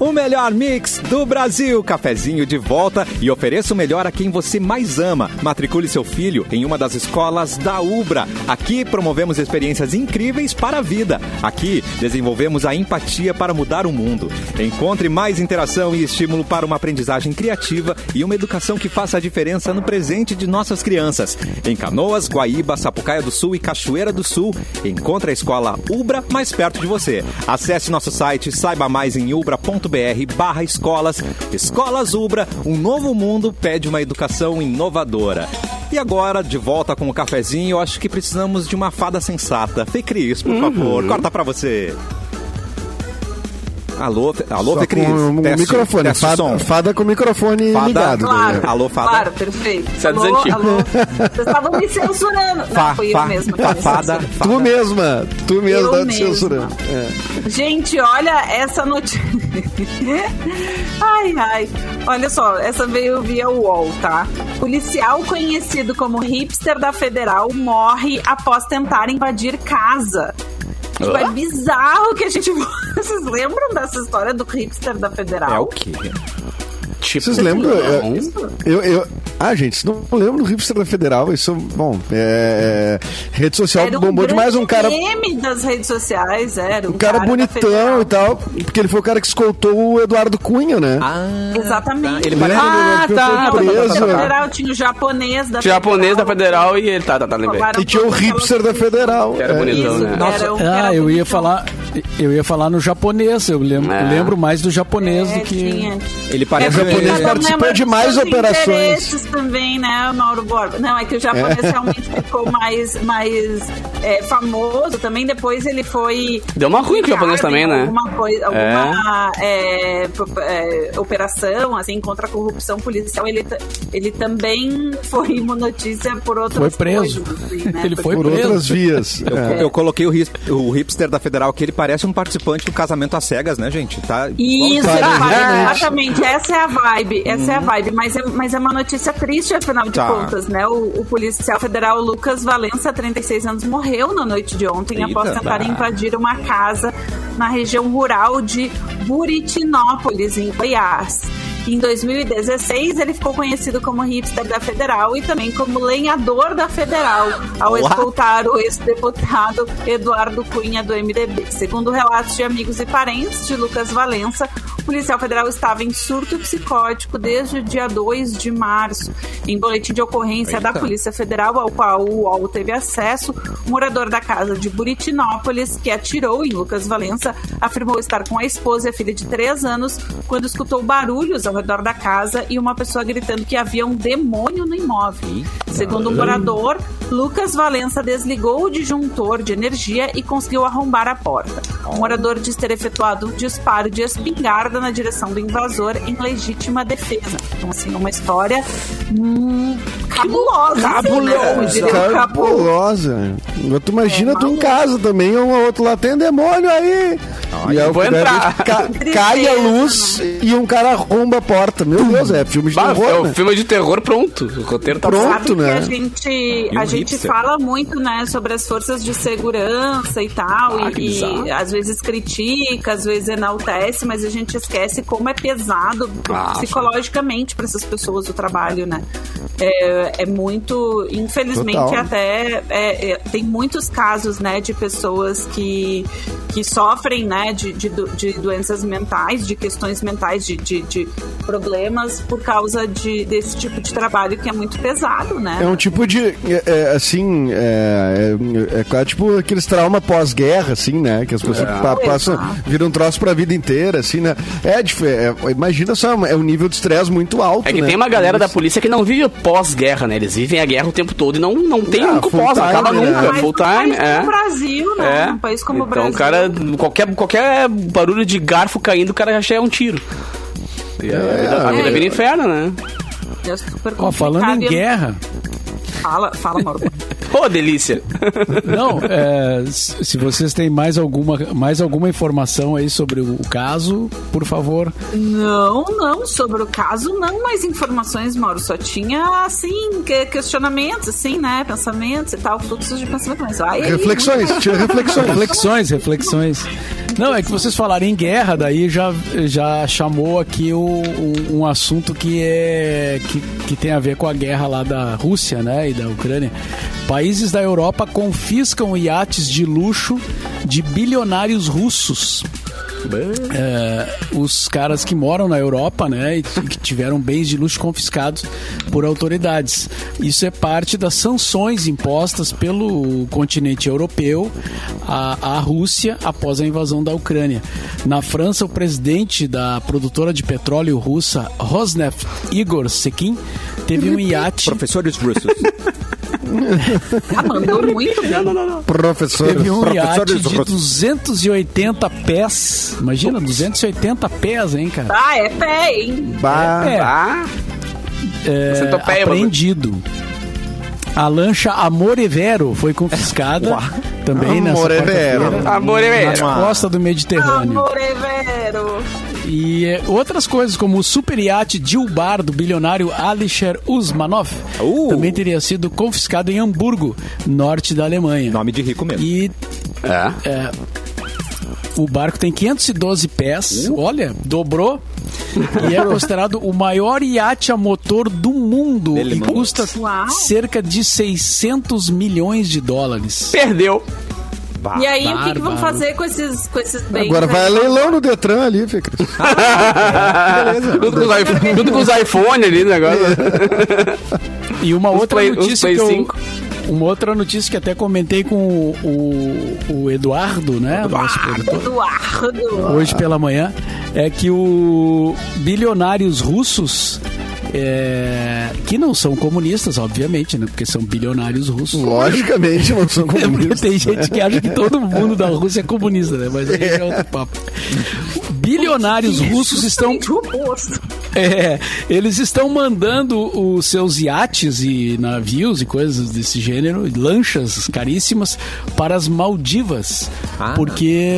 B: o melhor mix do Brasil. Cafezinho de volta e ofereça o melhor a quem você mais ama. Matricule seu filho em uma das escolas da Ubra. Aqui promovemos experiências incríveis para a vida. Aqui desenvolvemos a empatia para mudar o mundo. Encontre mais interação e estímulo para uma aprendizagem criativa e uma educação que faça a diferença no presente de nossas crianças. Em Canoas, Guaíba, Sapucaia do Sul e Cachoeira do Sul, encontre a escola Ubra mais perto de você. Acesse nosso site, saiba mais em ubra.br barra escolas. Escolas Ubra, um novo mundo pede uma educação inovadora. E agora, de volta com o cafezinho, eu acho que precisamos de uma fada sensata. Fê Cris,
C: Uhum.
B: por favor, corta pra você. Alô, Fe- alô,
C: Só
B: Fê Cris.
C: com o
B: Teste-
C: microfone.
B: teste som.
C: Fada, fada com o microfone
B: Fada-
C: ligado. né?
E: Claro,
B: Alô, fada.
E: Claro, perfeito.
A: Isso é
E: alô,
A: desantio.
E: alô. Vocês estavam me censurando. Não,
B: Fa-
E: foi
B: fa-
E: eu mesma. que
B: fa-
E: me
B: fada-
E: censurei.
C: Tu
B: fada-
C: mesma, tu mesma
E: Eu
C: tá te
E: mesma.
C: censurando. É.
E: Gente, olha essa notícia. ai, ai. Olha só, essa veio via UOL, tá? Policial conhecido como hipster da Federal morre após tentar invadir casa. Tipo,
A: Ah?
E: é bizarro que a gente. Vocês lembram dessa história do hipster da Federal?
B: É o quê?
A: Tipo,
C: Vocês lembram?
A: não.
C: Eu, eu, eu- ah, gente, vocês não lembram do Hipster da Federal. Isso, bom, é, é, rede social
E: Era um
C: bombou demais. Um cara,
E: meme das redes sociais, era.
C: um cara
E: da
C: bonitão
E: Federal.
C: e tal, porque ele foi o cara que escoltou o Eduardo Cunha, né?
B: Ah,
E: Exatamente.
B: Ele
C: Lembra?
B: parece...
A: Ah,
C: Ele
A: tá,
C: foi
E: Não,
A: tá, tá,
E: mas
A: tá,
E: tinha o
C: preso. né?
A: tá.
E: federal, tinha o japonês da
A: Tinha japonês da Federal e ele tá, tá, tá, lembrei.
E: Roubaram
C: E tinha o
E: todas aquelas
C: Hipster da Federal.
A: tá, Que era
C: É,
A: bonitão,
E: Isso,
A: né?
E: era
B: Nossa,
E: um- era
D: Ah, eu ia
E: bonitão.
D: falar, eu ia falar no japonês. Eu lembro,
A: É.
D: lembro mais do japonês
E: É,
D: do que.
E: tinha.
B: Ele parece... um
C: É japonês,
E: porque eu
C: participou
E: lembro
C: de mais
E: dos seus
C: operações.
E: interesses também, né, Mauro Borba? Não, é que o japonês realmente ficou mais, mais é, famoso. Também depois ele foi...
A: Deu uma ruim com o japonês
E: ligado em
A: também, né?
E: Alguma, coisa, alguma é, pro- é, operação, assim, contra a corrupção policial. Ele, ta- ele também foi uma notícia por outras
D: Foi preso.
E: coisas, assim, né?
D: Ele foi
C: Por
D: preso.
C: outras vias.
B: Eu,
C: É.
B: eu coloquei o, his- o hipster da Federal que ele parece um participante do casamento às cegas, né, gente? Tá
E: Isso,
C: Vamos
E: era a vibe,
B: né?
C: parar.
E: exatamente. Essa é a vibe, essa é a vibe. Mas é, mas é uma notícia triste, afinal de
B: Uhum. Tá.
E: contas, né? O, o policial federal Lucas Valença, 36 anos, morreu na noite de ontem
B: Eita,
E: após tentar
B: tá.
E: invadir uma casa na região rural de Buritinópolis, em Goiás. Em 2016, ele ficou conhecido como hipster da Federal e também como lenhador da Federal, ao
B: Olá.
E: escoltar o ex-deputado Eduardo Cunha do MDB. Segundo relatos de amigos e parentes de Lucas Valença, o policial federal estava em surto psicótico desde o dia 2 de março. Em boletim de ocorrência da Polícia Federal, ao qual o UOL teve acesso, o morador da casa de Buritinópolis, que atirou em Lucas Valença, afirmou estar com a esposa e a filha de 3 anos quando escutou barulhos ao redor da casa e uma pessoa gritando que havia um demônio no imóvel. Segundo o morador, Lucas Valença desligou o disjuntor de energia e conseguiu arrombar a porta. O morador diz ter efetuado um disparo de espingarda na direção do invasor em legítima defesa. Então, assim, uma história hum, cabulosa. assim, né? Eu diria
C: Cara,
E: cabulosa.
C: é cabulosa. Tu imagina
E: É,
C: tu em
E: maluco.
C: casa também, um ou outro lá tem demônio aí. e aí
A: vou
C: o cara
A: entrar.
C: ca-
E: Tristeza,
C: cai a luz e um cara arromba a porta. Meu Deus, é filme de
A: Bah, é
C: terror,
A: o
C: né?
A: filme de terror pronto. O roteiro tá
C: Pronto.
E: Sabe que
C: né?
E: a gente,
B: um
E: a gente
B: hipster.
E: fala muito, né, sobre as forças de segurança e tal,
A: Ah, que
E: e,
A: bizarro.
E: e às vezes critica, às vezes enaltece, mas a gente esquece como é pesado
A: Ah,
E: psicologicamente para essas pessoas o trabalho, né? É, é muito, infelizmente
C: Total.
E: até é, é, tem muitos casos, né, de pessoas que que sofrem, né, de, de, do- de doenças mentais, de questões mentais, de, de, de problemas por causa de, desse tipo de trabalho que é muito pesado, né?
C: É um tipo de. é, é, assim, é, é, é quase tipo aqueles trauma pós-guerra, assim, né? Que as
A: É.
C: pessoas pa- passam, viram um troço pra vida inteira, assim, né? É, dif- é, é, imagina só, é um nível de estresse muito alto.
A: É que
C: né?
A: tem uma galera da polícia que não vive pós-guerra, né? Eles vivem a guerra o tempo todo e não, não tem
C: Ah,
A: nunca o
C: full
A: pós, não
C: time,
A: acaba
C: né?
A: nunca.
E: Mas
A: Full
E: num
A: time,
E: país
A: é.
E: como o Brasil, né?
A: É.
E: Um país como o
A: então,
E: Brasil.
A: o cara, qualquer, qualquer barulho de garfo caindo, o cara já chega um tiro. E a, vida, a vida
E: é.
A: vira inferno, né?
E: É super
D: Ó, falando em
E: um- complicado e-
D: guerra,
E: Fala, fala, Mauro.
A: Pô, delícia.
D: Não, é, s- se vocês têm mais alguma, mais alguma informação aí sobre o caso, por favor.
E: Não, não, sobre o caso não mais informações, Mauro. Só tinha, assim, que- questionamentos, assim, né? Pensamentos e tal, fluxos de pensamento. Mas, ai,
C: Reflexões, tira reflexões.
D: Reflexões, reflexões. Não, é que vocês falaram em guerra, daí já, já chamou aqui o, o- um assunto que, é, que, que tem a ver com a guerra lá da Rússia né, e da Ucrânia. Países da Europa confiscam iates de luxo de bilionários russos. É, os caras que moram na Europa, né, e t- que tiveram bens de luxo confiscados por autoridades. Isso é parte das sanções impostas pelo continente europeu à, à Rússia após a invasão da Ucrânia. Na França, o presidente da produtora de petróleo russa Rosneft, Igor Sekin, teve um iate
B: Professores russos.
E: Ah, mandou muito bem.
C: Professor.
D: Teve um iate
B: Professores
D: de
B: russos.
D: 280 pés. Imagina, 280 pés, hein, cara?
E: Ah, é pé, hein?
C: Bah.
D: É,
A: Ah,
D: é,
A: Centopeia,
D: apreendido. A lancha Amorevero foi confiscada também nessa
A: é
C: Amorevero.
D: quarta-feira,
A: amor é mesmo.
D: na costa do Mediterrâneo.
E: Amor é vero.
D: E é, outras coisas, como o super iate Dilbar do bilionário Alisher Usmanov,
B: Uh.
D: também teria sido confiscado em Hamburgo, norte da Alemanha.
B: Nome de rico mesmo.
D: E
A: É.
D: O barco tem 512 pés, olha, dobrou. e é considerado o maior iate a motor do mundo
B: Ele
D: e
B: mandou.
D: custa
E: Uau.
D: cerca de 600 milhões de dólares.
A: Perdeu.
E: E aí, o que, que
D: bárbaro.
E: vão fazer com esses, com esses bens?
C: Agora vai a
E: aí?
C: leilão no Detran ali, Fê Cris.
A: Tudo com, os iPhone, tudo com os iPhone ali, né, o negócio.
D: E uma outra
A: Play- os
D: notícia
A: Play
D: que eu,
A: 5.
D: uma outra notícia que até comentei com o, o- o Eduardo, né, nosso produtor,
E: Eduardo.
D: hoje pela manhã, é que o bilionários russos é, que não são comunistas, obviamente, né, porque são bilionários russos.
C: Logicamente, não são
D: É porque
C: comunistas.
D: tem gente que acha que todo mundo da Rússia é comunista, né? Mas aí é outro papo. Bilionários russos estão.
E: Justamente o oposto.
D: é, eles estão mandando os seus iates e navios e coisas desse gênero, lanchas caríssimas, para as Maldivas. Porque,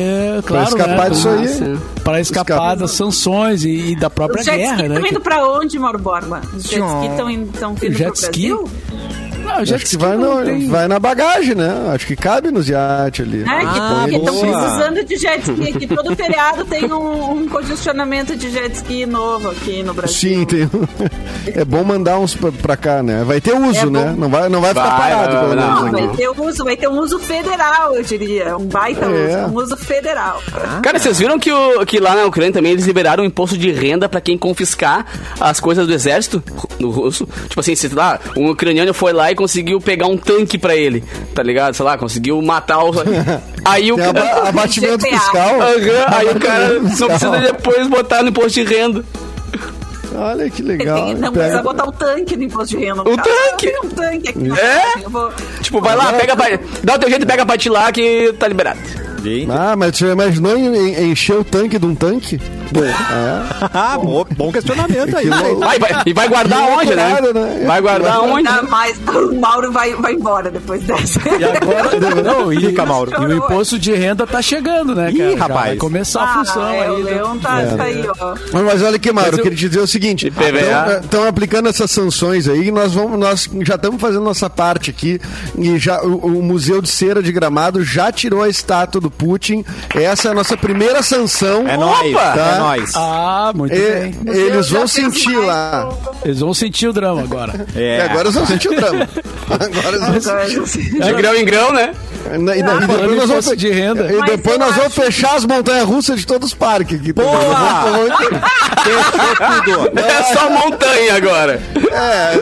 D: claro.
C: escapar
D: né,
C: disso aí.
D: Para escapar
C: Escapar.
D: das sanções e, e da própria
E: Os jet
D: guerra,
E: ski
D: né?
E: estão indo pra onde, Mauro Borba? Os jet ski estão indo tão vindo
D: Jet
E: pro
D: ski?
E: Brasil?
D: Não, o jet
C: Acho que
D: ski
C: vai,
D: não
C: no-
D: tem-
C: vai na bagagem, né? Acho que cabe nos iates ali.
E: Né?
B: Ah,
E: que estão
B: boa.
E: precisando de jet ski aqui. Todo feriado tem um, um congestionamento de jet ski novo aqui no Brasil.
C: Sim, tem. É bom mandar uns pra, pra cá, né? Vai ter uso,
E: É bom.
C: né? Não vai, não vai ficar
A: Vai,
C: parado,
A: vai,
C: pelo
A: vai,
C: menos.
E: Não,
C: aqui.
E: vai ter um uso, vai ter um uso federal, eu diria. Um baita
C: É.
E: uso, um uso federal.
A: Cara, vocês viram que, o- que lá na Ucrânia também eles liberaram um imposto de renda pra quem confiscar as coisas do exército ru- no russo? Tipo assim, se lá, um ucraniano foi lá e conseguiu pegar um tanque pra ele, tá ligado? Sei lá, conseguiu matar o. Aí o
C: Tem aba-
A: cara.
C: abatimento
E: GTA.
C: fiscal.
A: Aham, aí o cara não precisa
C: Fiscal.
A: depois botar no imposto de renda.
C: Olha que
E: Ele
C: legal.
E: tem,
C: Pega-
E: não precisa botar o tanque no imposto de renda. no
A: O
E: caso.
A: tanque?
E: Eu tenho Um tanque aqui. na
A: É?
E: casa, eu vou-
A: Tipo, vai lá, pega pra... dá o teu jeito e pega pra te lá que tá liberado.
B: Gente,
C: Ah, mas você imaginou en- en- encher o tanque de um tanque? É.
B: ah, bom, bom questionamento aí.
C: louco.
A: Vai, vai, e vai guardar
C: Que
A: onde, né?
C: loucurada, né?
A: Vai guardar onde?
E: Não, mas o Mauro vai, vai embora depois dessa.
D: E agora, não, e,
B: Fica, Mauro.
D: e o imposto tá de renda tá chegando, né,
B: Ih,
D: cara? Já
B: rapaz.
D: Vai começar a
E: Ah,
D: função
E: é,
D: aí.
E: o
D: né?
E: Leão tá, tá aí, ó.
C: Mas olha que, Mário, eu
A: eu-
C: queria te dizer o seguinte:
A: IPVA.
C: estão aplicando essas sanções aí, e nós, vamos, nós já estamos fazendo nossa parte aqui. E já, o, o Museu de Cera de Gramado já tirou a estátua do Putin. Essa é a nossa primeira sanção.
B: É nóis,
C: Tá.
B: é nóis.
D: Ah, muito
C: E-
D: bem.
C: eles
E: Já
C: vão
E: fez
C: sentir
E: mais
C: lá.
D: Eles vão sentir o drama agora.
B: É.
C: E agora eles vão sentir o drama. Agora eles vão sentir.
E: coisa.
A: De grão em grão, né?
C: E, na- e
D: falando
C: depois
D: em
C: nós vamos,
D: imposto de renda.
C: e
E: Mas
C: depois
E: eu
C: nós vamos
E: acho
C: fechar as montanhas russas de todos os parques aqui. tá
B: Boa!
C: ligado? Vamos- vamos-
B: Fechou tudo.
A: É só montanha agora.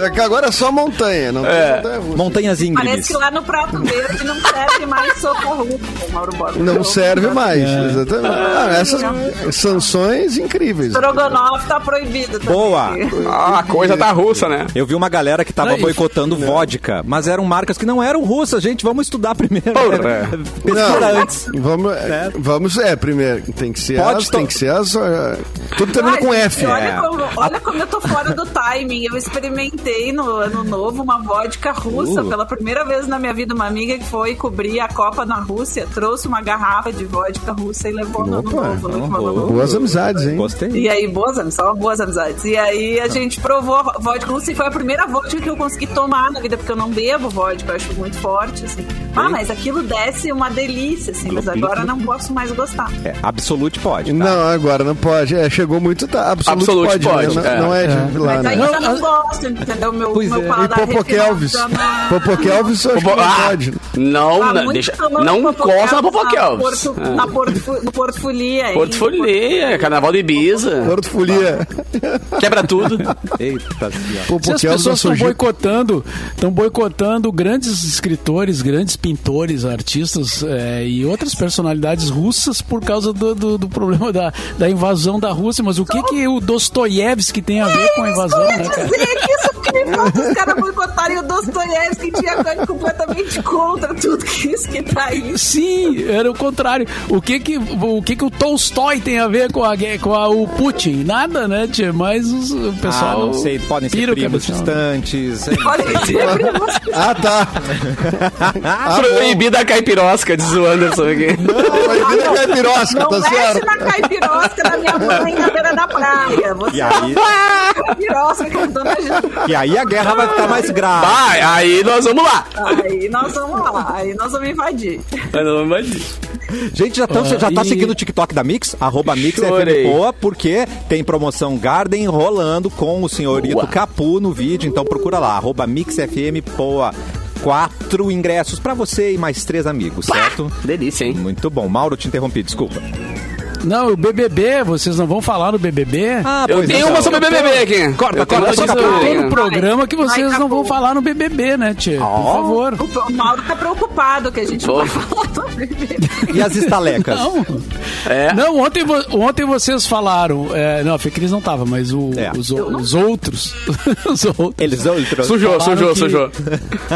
C: É, é que agora é só montanha, não tem
B: É.
C: montanha russa.
B: Montanhas íngremes.
E: Parece que lá no Prato Verde não serve mais socorro, Mauro Borba.
C: Não serve mais, exatamente. Ah, essas
E: Não.
C: sanções incríveis.
E: Strogonoff tá proibido. também.
B: Boa.
A: Ah, a coisa tá russa, né?
B: Eu vi uma galera que tava
D: Não, e-
B: boicotando vodka, mas eram marcas que não eram russas, gente. Vamos estudar primeiro.
A: Porra.
B: Pesquisa
C: Não.
B: antes.
C: Vamos, é. vamos, é, primeiro, tem que ser
B: Pode
C: as,
B: to-
C: tem que ser as. ah, Tudo termina
E: Ai,
C: com
E: gente,
C: F.
E: Olha,
C: É.
E: como, olha como eu tô fora do timing. Eu experimentei no ano novo uma vodka russa
C: Uh.
E: pela primeira vez na minha vida. Uma amiga que foi cobrir a Copa na Rússia trouxe uma garrafa de vodka russa e levou no ano
C: Opa, tá
E: novo. no último ano
B: boa.
E: novo.
C: Boas amizades, hein?
B: Gostei.
E: E aí, boas amizades, só boas amizades. E
C: Tá.
E: aí a gente provou a vodka russa e foi a primeira vodka que eu consegui tomar na vida, porque eu não bebo vodka, eu acho muito forte, assim. Ah, mas aquilo desce uma delícia, assim, mas agora não posso mais gostar.
B: É, absolute pode. Tá?
C: Não, agora não pode. É, chegou muito tarde. Absoluto,
A: Absolute pode,
C: pode, né?
A: é.
C: Não, não é, de lá,
E: Mas aí
C: né?
E: eu já não gosto, entendeu? Meu,
B: Pois
E: meu
B: é.
C: E
E: paladar
C: Popo Kelvis.
E: refinado.
C: Popo Kelvis eu acho que é não
A: Ah,
C: pode.
A: não,
E: Tá
A: não,
E: muito
A: deixa,
E: famoso
A: não
E: Popo
A: encosta na
E: Kelvis,
A: Popokelvis.
E: Porto- Na Porto- no Portfolia. hein?
A: É. Portfolia, Carnaval de Ibiza,
C: Portfolia.
A: quebra tudo.
B: Eita, senhora.
D: Se
C: Popo
D: as
C: Kelvis é
D: pessoas estão
C: sujeito.
D: boicotando, estão boicotando grandes escritores, grandes pintores, artistas é, e outras personalidades russas por causa do, do- do problema da, da invasão da Rússia. Mas o que, que o Dostoiévski tem a ver com a invasão,
E: Eu ia
D: né, cara?
E: dizer que isso que me falta os caras boicotarem o Dostoiévski, que tinha coisa completamente contra tudo que isso que tá aí.
D: Sim, era o contrário. O que que o, que que o Tolstói tem a ver com, a, gue- com a- o Putin? Nada, né, tia? Mas os- o
B: Ah,
D: pessoal.
B: não sei, podem ser
D: pira o
B: primos
D: cabeção.
B: distantes. sei lá.
E: Olha, sempre
C: Ah, tá.
B: Ah,
A: Proibida a caipirosca, diz o Anderson aqui.
C: Vai vir a caipirosca,
E: não é
C: tá
E: mexe
C: certo?
E: na caipirosca da minha mãe na beira da praia.
B: E
E: Você
B: aí,
E: é caipirosca com dona Jana.
B: e aí a guerra vai ficar mais grave.
A: Vai, Ah, aí nós vamos lá.
E: Aí nós vamos lá, aí nós vamos invadir.
A: Aí nós vamos invadir.
B: Gente, já, tão,
D: Ah,
B: já tá
D: e-
B: seguindo o TikTok da Mix, arroba Mix
A: Chorei.
B: FM Boa, porque tem promoção Garden rolando com o senhorito
A: Boa.
B: Capu no vídeo, então procura lá, arroba Mix FM Boa. Quatro ingressos pra você e mais três amigos, certo?
A: Delícia, hein?
B: Muito bom. Mauro, te interrompi, desculpa.
D: Não, o BBB, vocês não vão falar no BBB?
B: Ah,
A: Eu tenho uma sobre BBB aqui.
B: Corta,
A: Eu tenho
B: corta,
A: uma
D: Vocês
B: corta,
A: sobre
D: não
A: BBB.
D: estão no programa que
E: Vai,
D: vocês
E: acabou.
D: não vão falar no BBB, né, tia? Por
B: Ó.
D: favor.
E: O o Mauro tá preocupado que a gente não vai falar do BBB.
B: E as estalecas?
D: Não.
A: É.
D: Não, ontem, vo- ontem vocês falaram. é, não, a Fê Cris não tava, mas o-
B: É.
D: os, o- os outros. os outros.
B: Eles outros.
A: Sujou, sujou,
D: Falaram que-
A: sujou.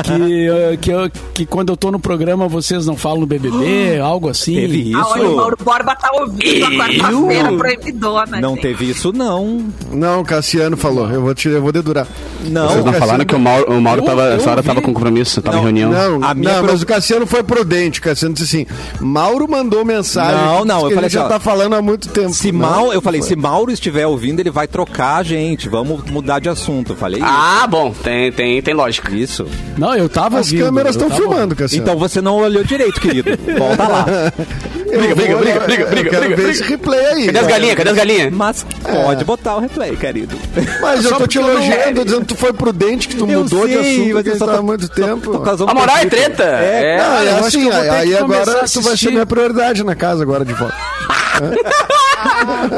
D: Que, eh, que, eu- que quando eu tô no programa vocês não falam no BBB, algo assim.
B: Teve
E: Ah, olha, o Mauro
B: isso?
E: Borba tá ouvindo a quarta-feira
A: Eu?
E: proibidona.
B: Não
E: gente.
B: teve isso, não.
C: Não, o Cassiano falou. Eu vou, te, eu vou dedurar.
B: Não.
C: não falaram que o
A: Mauro, o Mauro
D: Eu- tava- eu essa hora tava vi. com
A: compromisso, tava
B: Não, em reunião.
C: Não,
B: A minha
C: não
B: pro-
C: mas o Cassiano foi prudente. O Cassiano disse assim: Mauro mandou mensagem.
B: Não, não,
C: que
B: eu
C: ele
B: falei
C: já
B: assim, ó,
C: tá falando há muito tempo.
B: Se
C: Não,
B: Mau- eu falei, se Mauro estiver ouvindo, ele vai trocar a gente. Vamos mudar de assunto. Eu falei
A: Ah, bom, tem, tem, tem lógica.
B: isso.
D: Não, eu tava
C: As
D: ouvindo,
C: câmeras
D: eu
C: estão
D: tava
C: filmando, Cassiano.
B: Então você não olhou direito, querido. Volta lá.
C: Eu
A: briga, briga, briga,
C: eu
A: briga, briga,
C: quero
A: briga,
C: ver
A: briga.
C: esse replay aí.
A: Cadê as galinhas? Cadê as galinhas?
B: Mas
C: É.
B: pode botar o replay, querido.
C: Mas eu tô te
A: porque eu não-
C: elogiando, tô dizendo que tu foi prudente, que tu mudou de assunto, que a gente tá há muito tempo.
A: A moral é treta. É.
C: Não,
D: Ah,
C: é
D: eu acho que
C: assim,
D: eu vou
C: aí,
D: ter que
C: agora
D: começar a
C: tu vai ser
D: assistir.
C: minha prioridade na casa agora de volta.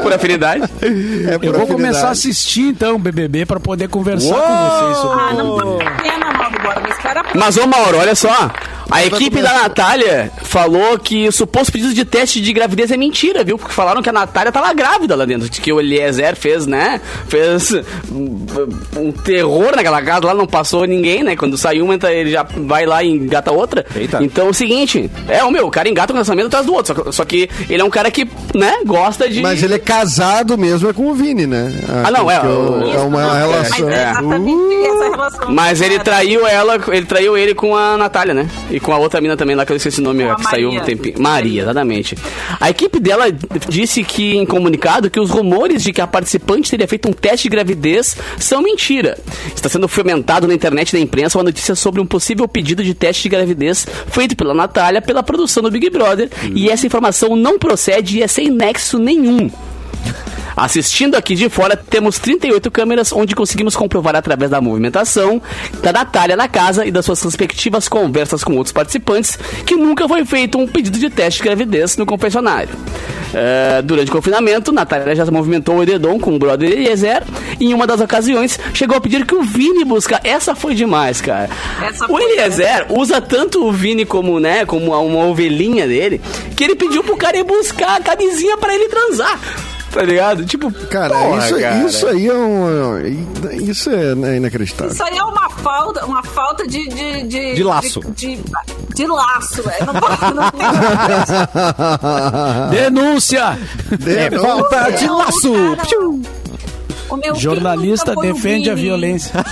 A: Por afinidade.
C: É
D: Eu vou
C: prioridade.
D: começar a assistir então o BBB pra poder conversar com vocês sobre
E: Ah, não vale a pena, Mauro Borba. Espera um a
A: Mas, ô Mauro, olha só. A equipe da Natália falou que o suposto pedido de teste de gravidez é mentira, viu? Porque falaram que a Natália tava grávida lá dentro. Que o Eliezer fez, né? Fez um, um terror naquela casa lá, não passou ninguém, né? Quando sai uma, então ele já vai lá e engata outra.
B: Eita.
A: Então é o seguinte: é o meu, o cara engata um casamento atrás do outro. Só que, só que ele é um cara que, né, gosta de.
C: Mas ele é casado mesmo, é com o Vini, né?
A: Ah, não, é,
C: que
A: o-
C: É uma relação.
E: Mas é exatamente essa relação.
A: Uh! Mas ele
E: Cara,
A: traiu ela, ele traiu ele com a Natália, né? E com a outra mina também lá, que eu esqueci o nome,
E: Com a
A: que saiu um
E: Maria.
A: tempinho. Maria, exatamente. A equipe dela disse que, em comunicado, que os rumores de que a participante teria feito um teste de gravidez são mentira. Está sendo fomentado na internet e na imprensa uma notícia sobre um possível pedido de teste de gravidez feito pela Natália pela produção do Big Brother. E essa informação não procede e é sem nexo nenhum. Assistindo aqui de fora, temos 38 câmeras onde conseguimos comprovar através da movimentação da Natália na casa e das suas respectivas conversas com outros participantes que nunca foi feito um pedido de teste de gravidez no confessionário. Eh, durante o confinamento, Natália já movimentou o edredom com o brother Eliezer e em uma das ocasiões chegou a pedir que o Vini buscar. Essa foi demais, cara.
E: Essa
A: o
E: foi, né?
A: Eliezer Zero É, usa tanto o Vini como, né, como uma ovelhinha dele, que ele pediu pro cara ir buscar a camisinha pra ele transar. tá ligado? Tipo,
C: Cara,
A: porra,
C: isso,
A: cara.
C: isso aí é um. Isso é né, inacreditável.
E: Isso aí é uma falta, uma falta de. De, de,
B: De laço.
E: De, de, de laço, é. Não, pode- não tem
D: Denúncia!
B: É falta de laço.
E: Cara, o meu
D: Jornalista
E: filho nunca foi um
D: defende a
E: Vini.
D: violência.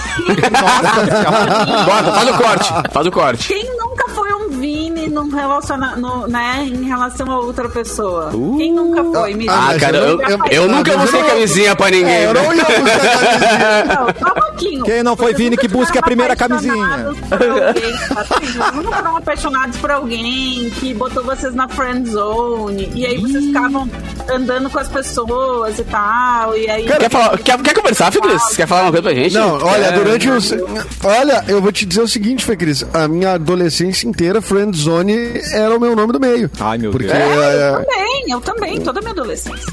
A: Bota, faz o corte, faz o corte.
E: Quem nunca foi um Vini num relaciona, no, né, em relação a outra pessoa? Quem nunca
B: Uh.
E: foi? Me
C: Ah,
A: Ah,
E: diz.
C: mas
A: cara,
C: eu
A: eu,
C: não-
A: eu,
C: eu-
A: nunca
C: eu
A: mostrei
C: não-
A: camisinha pra ninguém.
C: É, eu não
A: né?
C: ia buscar
E: um Não, só um pouquinho.
B: Quem não foi
E: Vocês
B: Vini
E: nunca
B: que busque a
E: ficaram
B: primeira
E: apaixonados por alguém, assim, Vocês nunca foram apaixonados por alguém que botou vocês na friend zone. E aí vocês ficavam andando com as pessoas e tal. E aí.
A: Quer, falar- quer- quer conversar, Fibris? Quer falar uma coisa pra gente?
C: Não, olha,
A: É.
C: durante os. Olha, eu vou te dizer o seguinte, Fê Cris. A minha adolescência inteira, Friendzone era o meu nome do meio.
B: Ai, Ah, meu
C: porque,
B: Deus.
E: Eu
C: é,
E: também, eu também, toda a minha adolescência.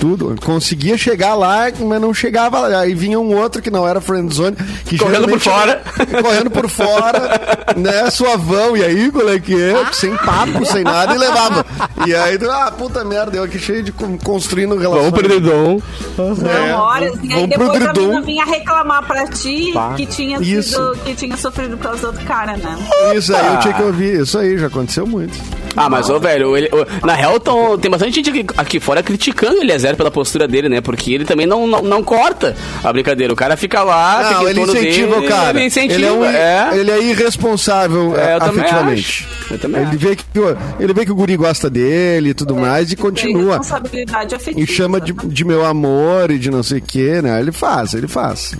C: tudo. Conseguia chegar lá, mas não chegava lá. Aí vinha um outro que não era Friendzone. Que
A: Correndo por
C: geralmente-
A: fora.
C: Correndo por fora, né? Suavão. E aí, qual é que é?
E: Ah.
C: Sem papo, sem nada, e levava. E aí, tu, ah, puta merda, eu aqui cheio de con- construindo relação.
A: Vamos perder dom.
C: É,
E: Não, Então, horas. E assim, aí
C: vamos pro
E: depois a
C: Gridon.
E: menina vinha reclamar pra ti que tinha
C: Isso.
E: sido, que tinha sofrido por causa do outro cara, né?
C: Isso aí, eu tinha que ouvir. Isso aí, já aconteceu muito.
A: Ah, mas, ô, velho, ele- ô, na real, tão- tem bastante gente aqui, aqui fora criticando o Eliezer pela postura dele, né? Porque ele também não, não, não corta a brincadeira. O cara fica lá,
C: Não,
A: fica em
C: ele
A: torno
C: incentiva
A: dele,
C: o cara.
A: Ele incentiva,
C: é, um-
A: é.
C: ele é irresponsável
A: É,
C: é,
A: eu também
C: afetivamente.
A: acho. Eu também
C: ele,
A: acho.
C: vê que, o- ele vê que o guri gosta dele e tudo mais e
E: É, tipo, Tem
C: continua.
E: responsabilidade né? afetiva.
C: E chama de, de meu amor e de não sei o que, né? Ele faz, ele faz.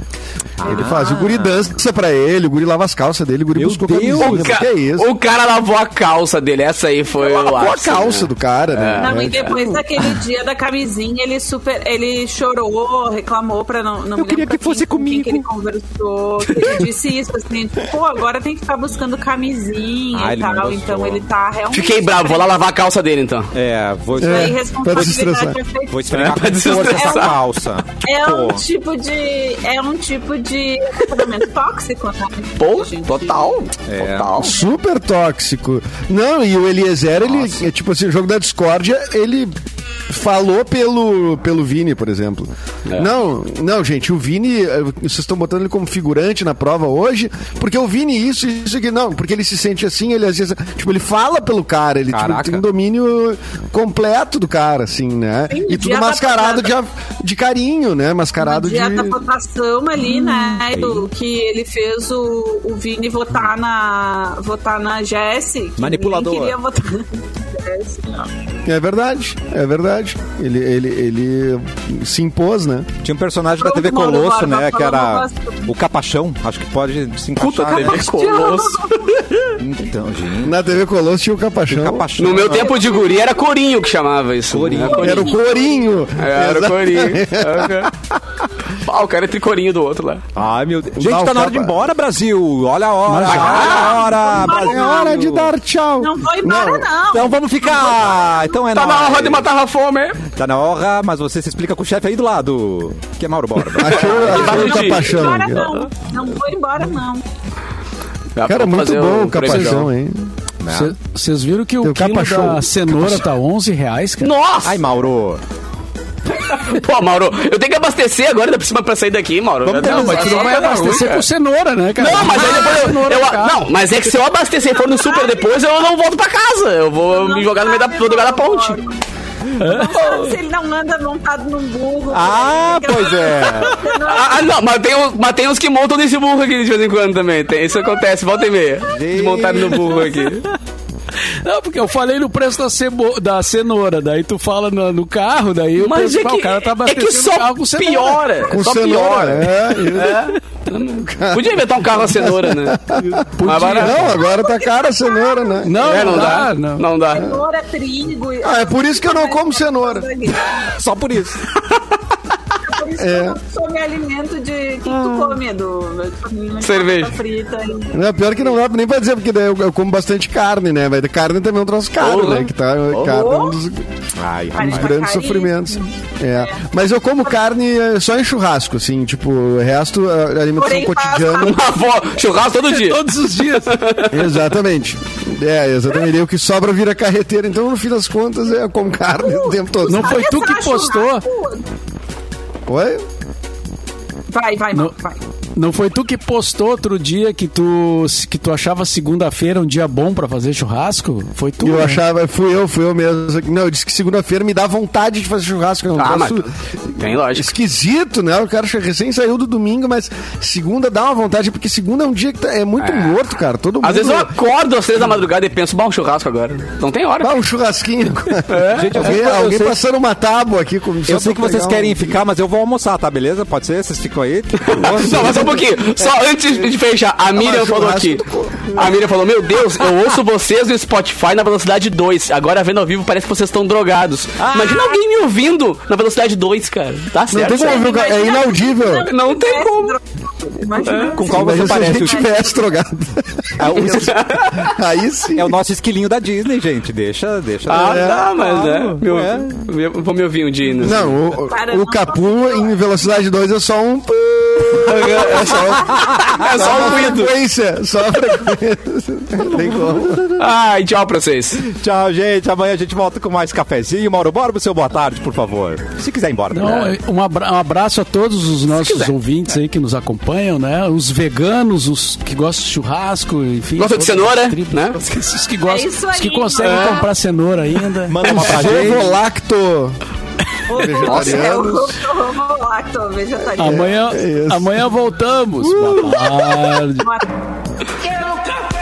C: Ele faz. O
E: Ah.
C: guri dança pra ele, o guri lava as calças dele, o guri
B: Meu
C: buscou
B: Deus,
C: camisinha.
A: O,
C: mas
A: ca-
C: Que é isso?
A: o cara lavou a calça dele. Essa aí foi o
C: Lavou a
A: ápice,
C: calça
A: né?
C: do cara, né?
E: Não,
C: É,
E: e depois daquele dia da camisinha, ele super. Ele chorou, reclamou pra não. não
B: Eu
E: me
B: queria
E: lembro
B: que fosse
E: com quem que
B: comigo.
E: ele conversou, que ele disse isso, assim, tipo, pô, agora tem que ficar buscando camisinha
B: Ah,
E: e
B: ele não
E: tal.
B: gostou.
E: Então ele tá realmente.
A: Fiquei bravo, vou lá lavar a calça dele então.
B: É, vou,
E: É
B: esfregar-
C: pra desestressar.
E: irresponsabilidade afetiva.
B: vou esfregar
A: É, pra
B: com força essa
E: desestressar.
B: calça.
E: É um
B: Pô.
E: tipo de. É um tipo de comportamento tóxico, né?
A: Pô,
E: Gente,
A: total.
B: É.
A: Total.
C: Super tóxico. Não, e o Eliezer, ele, é tipo assim, o jogo da discórdia, ele falou pelo, pelo Vini, por exemplo. Não, não, gente, o Vini, eh, vocês estão botando ele como figurante na prova hoje, porque o Vini isso, isso aqui, não, porque ele se sente assim, ele às vezes, tipo, ele fala pelo cara, ele tipo,
B: Caraca.
C: tem um domínio completo do cara, assim, né?
E: Sim,
C: e tudo
E: dia da
C: mascarado de, a- de carinho, né? Mascarado de...
E: dia da votação
B: Hum,
E: ali, né? Do que ele fez o, o Vini votar na votar na Jessie. que
B: Manipulador.
E: ninguém Queria votar na Jessie.
C: É verdade, é verdade. Ele, ele, ele se impôs, né?
B: Tinha um personagem da
E: Pronto,
B: TV
E: Mauro
A: tá
B: Colosso,
E: Borba,
B: né? Que era
E: falando
B: o Capachão. Acho que pode se
A: Puta
B: encaixar. né?
A: TV Colosso.
B: Então, gente.
C: Na TV Colosso tinha o Capachão.
B: Capachão.
A: No meu tempo de guri era corinho que chamava isso.
B: Corinho.
A: Era
C: Era o Corinho.
A: Era o
C: Exato.
A: corinho. Ah, o cara é tricorinho do outro lá.
B: Ai, meu Deus.
C: Dá
B: Gente,
C: o
B: tá na hora
C: capa-
B: de ir embora, Brasil. Olha a hora. Olha a hora, Brasil.
C: É hora de dar tchau.
E: Não foi embora, não.
B: Então vamos ficar. Então é
A: Tá na
B: nóis.
A: hora de matar a fome, hein?
B: Tá na hora, mas você se explica com o chefe aí do lado. Que é Mauro Borba.
C: Achou, achou o
A: Entendi.
C: Capachão.
E: Embora,
C: aqui, ó.
E: não. Não foi embora, não.
A: Dá
C: Cara,
A: pra
C: muito
A: fazer
C: bom
A: um
C: o Capachão,
A: pregão.
C: hein?
A: É.
D: Cê- Vocês viram que
C: Teu
D: o quilo
C: capa-show.
D: da cenoura tá 11 reais, cara?
A: Nossa!
B: Ai, Mauro.
A: Pô, Mauro, eu tenho que abastecer agora, ainda por cima pra sair daqui, Mauro.
B: Vamos
A: não,
B: ter- mas tu
A: é
B: não
A: ruim, cara.
D: cenoura, né, cara?
A: Não, mas aí depois eu-
D: Cenoura,
A: eu-
D: cara.
A: Não, mas é que se eu abastecer e for no super depois, eu não volto pra casa. Eu vou me jogar no meio da, vou jogar da ponte.
E: Não sabe se ele não anda montado num burro.
B: Oh. Ah,
E: Porque
B: pois é.
A: Ah, ah, não, mas tem, o- mas tem uns que montam nesse burro aqui de vez em quando também. Tem- isso acontece, volta e meia. De montar no burro aqui.
D: Não, porque eu falei no preço da, cebo- da cenoura, daí tu fala no, no carro, daí eu
A: Mas
D: penso,
A: é
D: "Pá,
A: que,
D: o cara tá
A: é
D: abastecendo
A: que
D: o
A: só
D: carro com cenoura.
A: piora.
C: Com
A: É só
C: cenoura.
A: piora.
C: É, isso.
A: Podia inventar um carro a cenoura, né? Mas barato.
C: Não, agora tá cara a cenoura, né?
D: Não,
A: É,
D: não,
A: não dá.
D: não.
A: Não dá.
E: é Cenoura, trigo.
C: Ah, é por isso que eu não como cenoura.
E: Por
B: Só por isso.
E: isso isso
B: É.
E: eu só me alimento de. O que
B: Ah.
E: tu come, Edu? Eu comi uma
A: Cerveja.
E: batata frita. e-
B: um
C: Não, pior que não dá nem pra dizer, porque daí eu, eu como bastante carne, né? Mas carne também é um troço caro,
A: Porra.
C: né? Que tá, carne é um dos, dos
B: Ai, rapaz.
E: Mas pra-
C: grandes
E: tá caríssimo.
C: sofrimentos. É. Mas eu como carne eh, só em churrasco, assim, tipo, o resto, a alimentação
E: Porém,
C: cotidiana.
A: Uma avó, Ah, churrasco todo dia.
D: Todos os dias.
C: Exatamente. É, exatamente. E o que sobra vira carreteira. Então, no fim das contas, é, eu como carne o tempo todo.
D: Não foi tu que
E: Sabe,
D: postou?
E: churrasco?
C: Oi?
E: Vai, vai,
D: Não.
E: Mal, vai.
D: Não foi tu que postou outro dia que tu, que tu achava segunda-feira um dia bom pra fazer churrasco? Foi tu?
C: E eu
D: né?
C: achava, fui eu, fui eu mesmo. Não, eu disse que segunda-feira me dá vontade de fazer churrasco. Não,
A: Ah,
C: posso-
A: mas tem lógica.
C: Esquisito, né? O cara che- recém saiu do domingo, mas segunda dá uma vontade, porque segunda é um dia que tá- é muito morto, cara. Todo mundo.
A: Às vezes eu acordo às três da madrugada e penso, bom, um churrasco agora. Não tem hora.
C: Dá um churrasquinho.
A: É.
B: Gente, eu sei
C: alguém
B: que- eu
C: alguém
B: sei-
C: passando uma tábua aqui. Com, só
B: Eu sei
C: pra
B: que vocês
C: pegar
B: querem
C: um-
B: ficar, mas eu vou almoçar, tá? Beleza? Pode ser? Vocês ficam aí?
A: Não, mas só um pouquinho. Só antes de fechar, a Miriam
C: mas
A: falou
C: churrasco
A: aqui.
C: do co-
A: A Miriam falou: Meu Deus, eu ouço vocês no Spotify na velocidade 2. Agora vendo ao vivo parece que vocês estão drogados. Imagina alguém me ouvindo na velocidade 2, cara. Tá
C: Não
A: certo?
C: tem como ouvir o cara. É
E: Imagina-
C: inaudível.
A: Não tem como. É.
E: Imagina.
B: Com qual você
C: Mas se a
B: parece?
C: gente tivesse drogado.
B: Ah, o-
C: Aí sim.
B: É o nosso esquilinho da Disney, gente. Deixa, deixa.
A: Ah,
B: É.
A: tá, mas né? Meu,
B: é.
A: meu- vou me ouvir um dia. né?
C: Não, o,
E: Cara,
C: o
E: não
C: Capu em velocidade 2 é só um. É só,
A: É só um
C: uma
A: ruído.
C: frequência. Só uma frequência. Não tem como.
A: Ai, tchau pra vocês.
B: É, Tchau, gente. Amanhã a gente volta com mais cafezinho. Mauro Borba, seu boa tarde, por favor. Se quiser ir embora. né?
D: Não,
B: também.
D: um, abra- um abraço a todos os nossos ouvintes aí que nos acompanham, né? Os veganos, os que gostam de churrasco, enfim.
A: Gosta de
D: todas as
A: cenoura,
D: tribos.
A: né?
D: Os que, os que gostam,
E: É isso
D: os que
E: aí,
D: conseguem
E: mano.
D: comprar cenoura ainda.
B: Manda uma pra
C: Ovo
B: gente.
C: lacto.
E: É o
C: Vegetariano.
E: ovo lacto É, vegetariano.
D: Amanhã,
C: é isso.
D: amanhã voltamos. Boa tarde.
E: Uma
F: Quero café!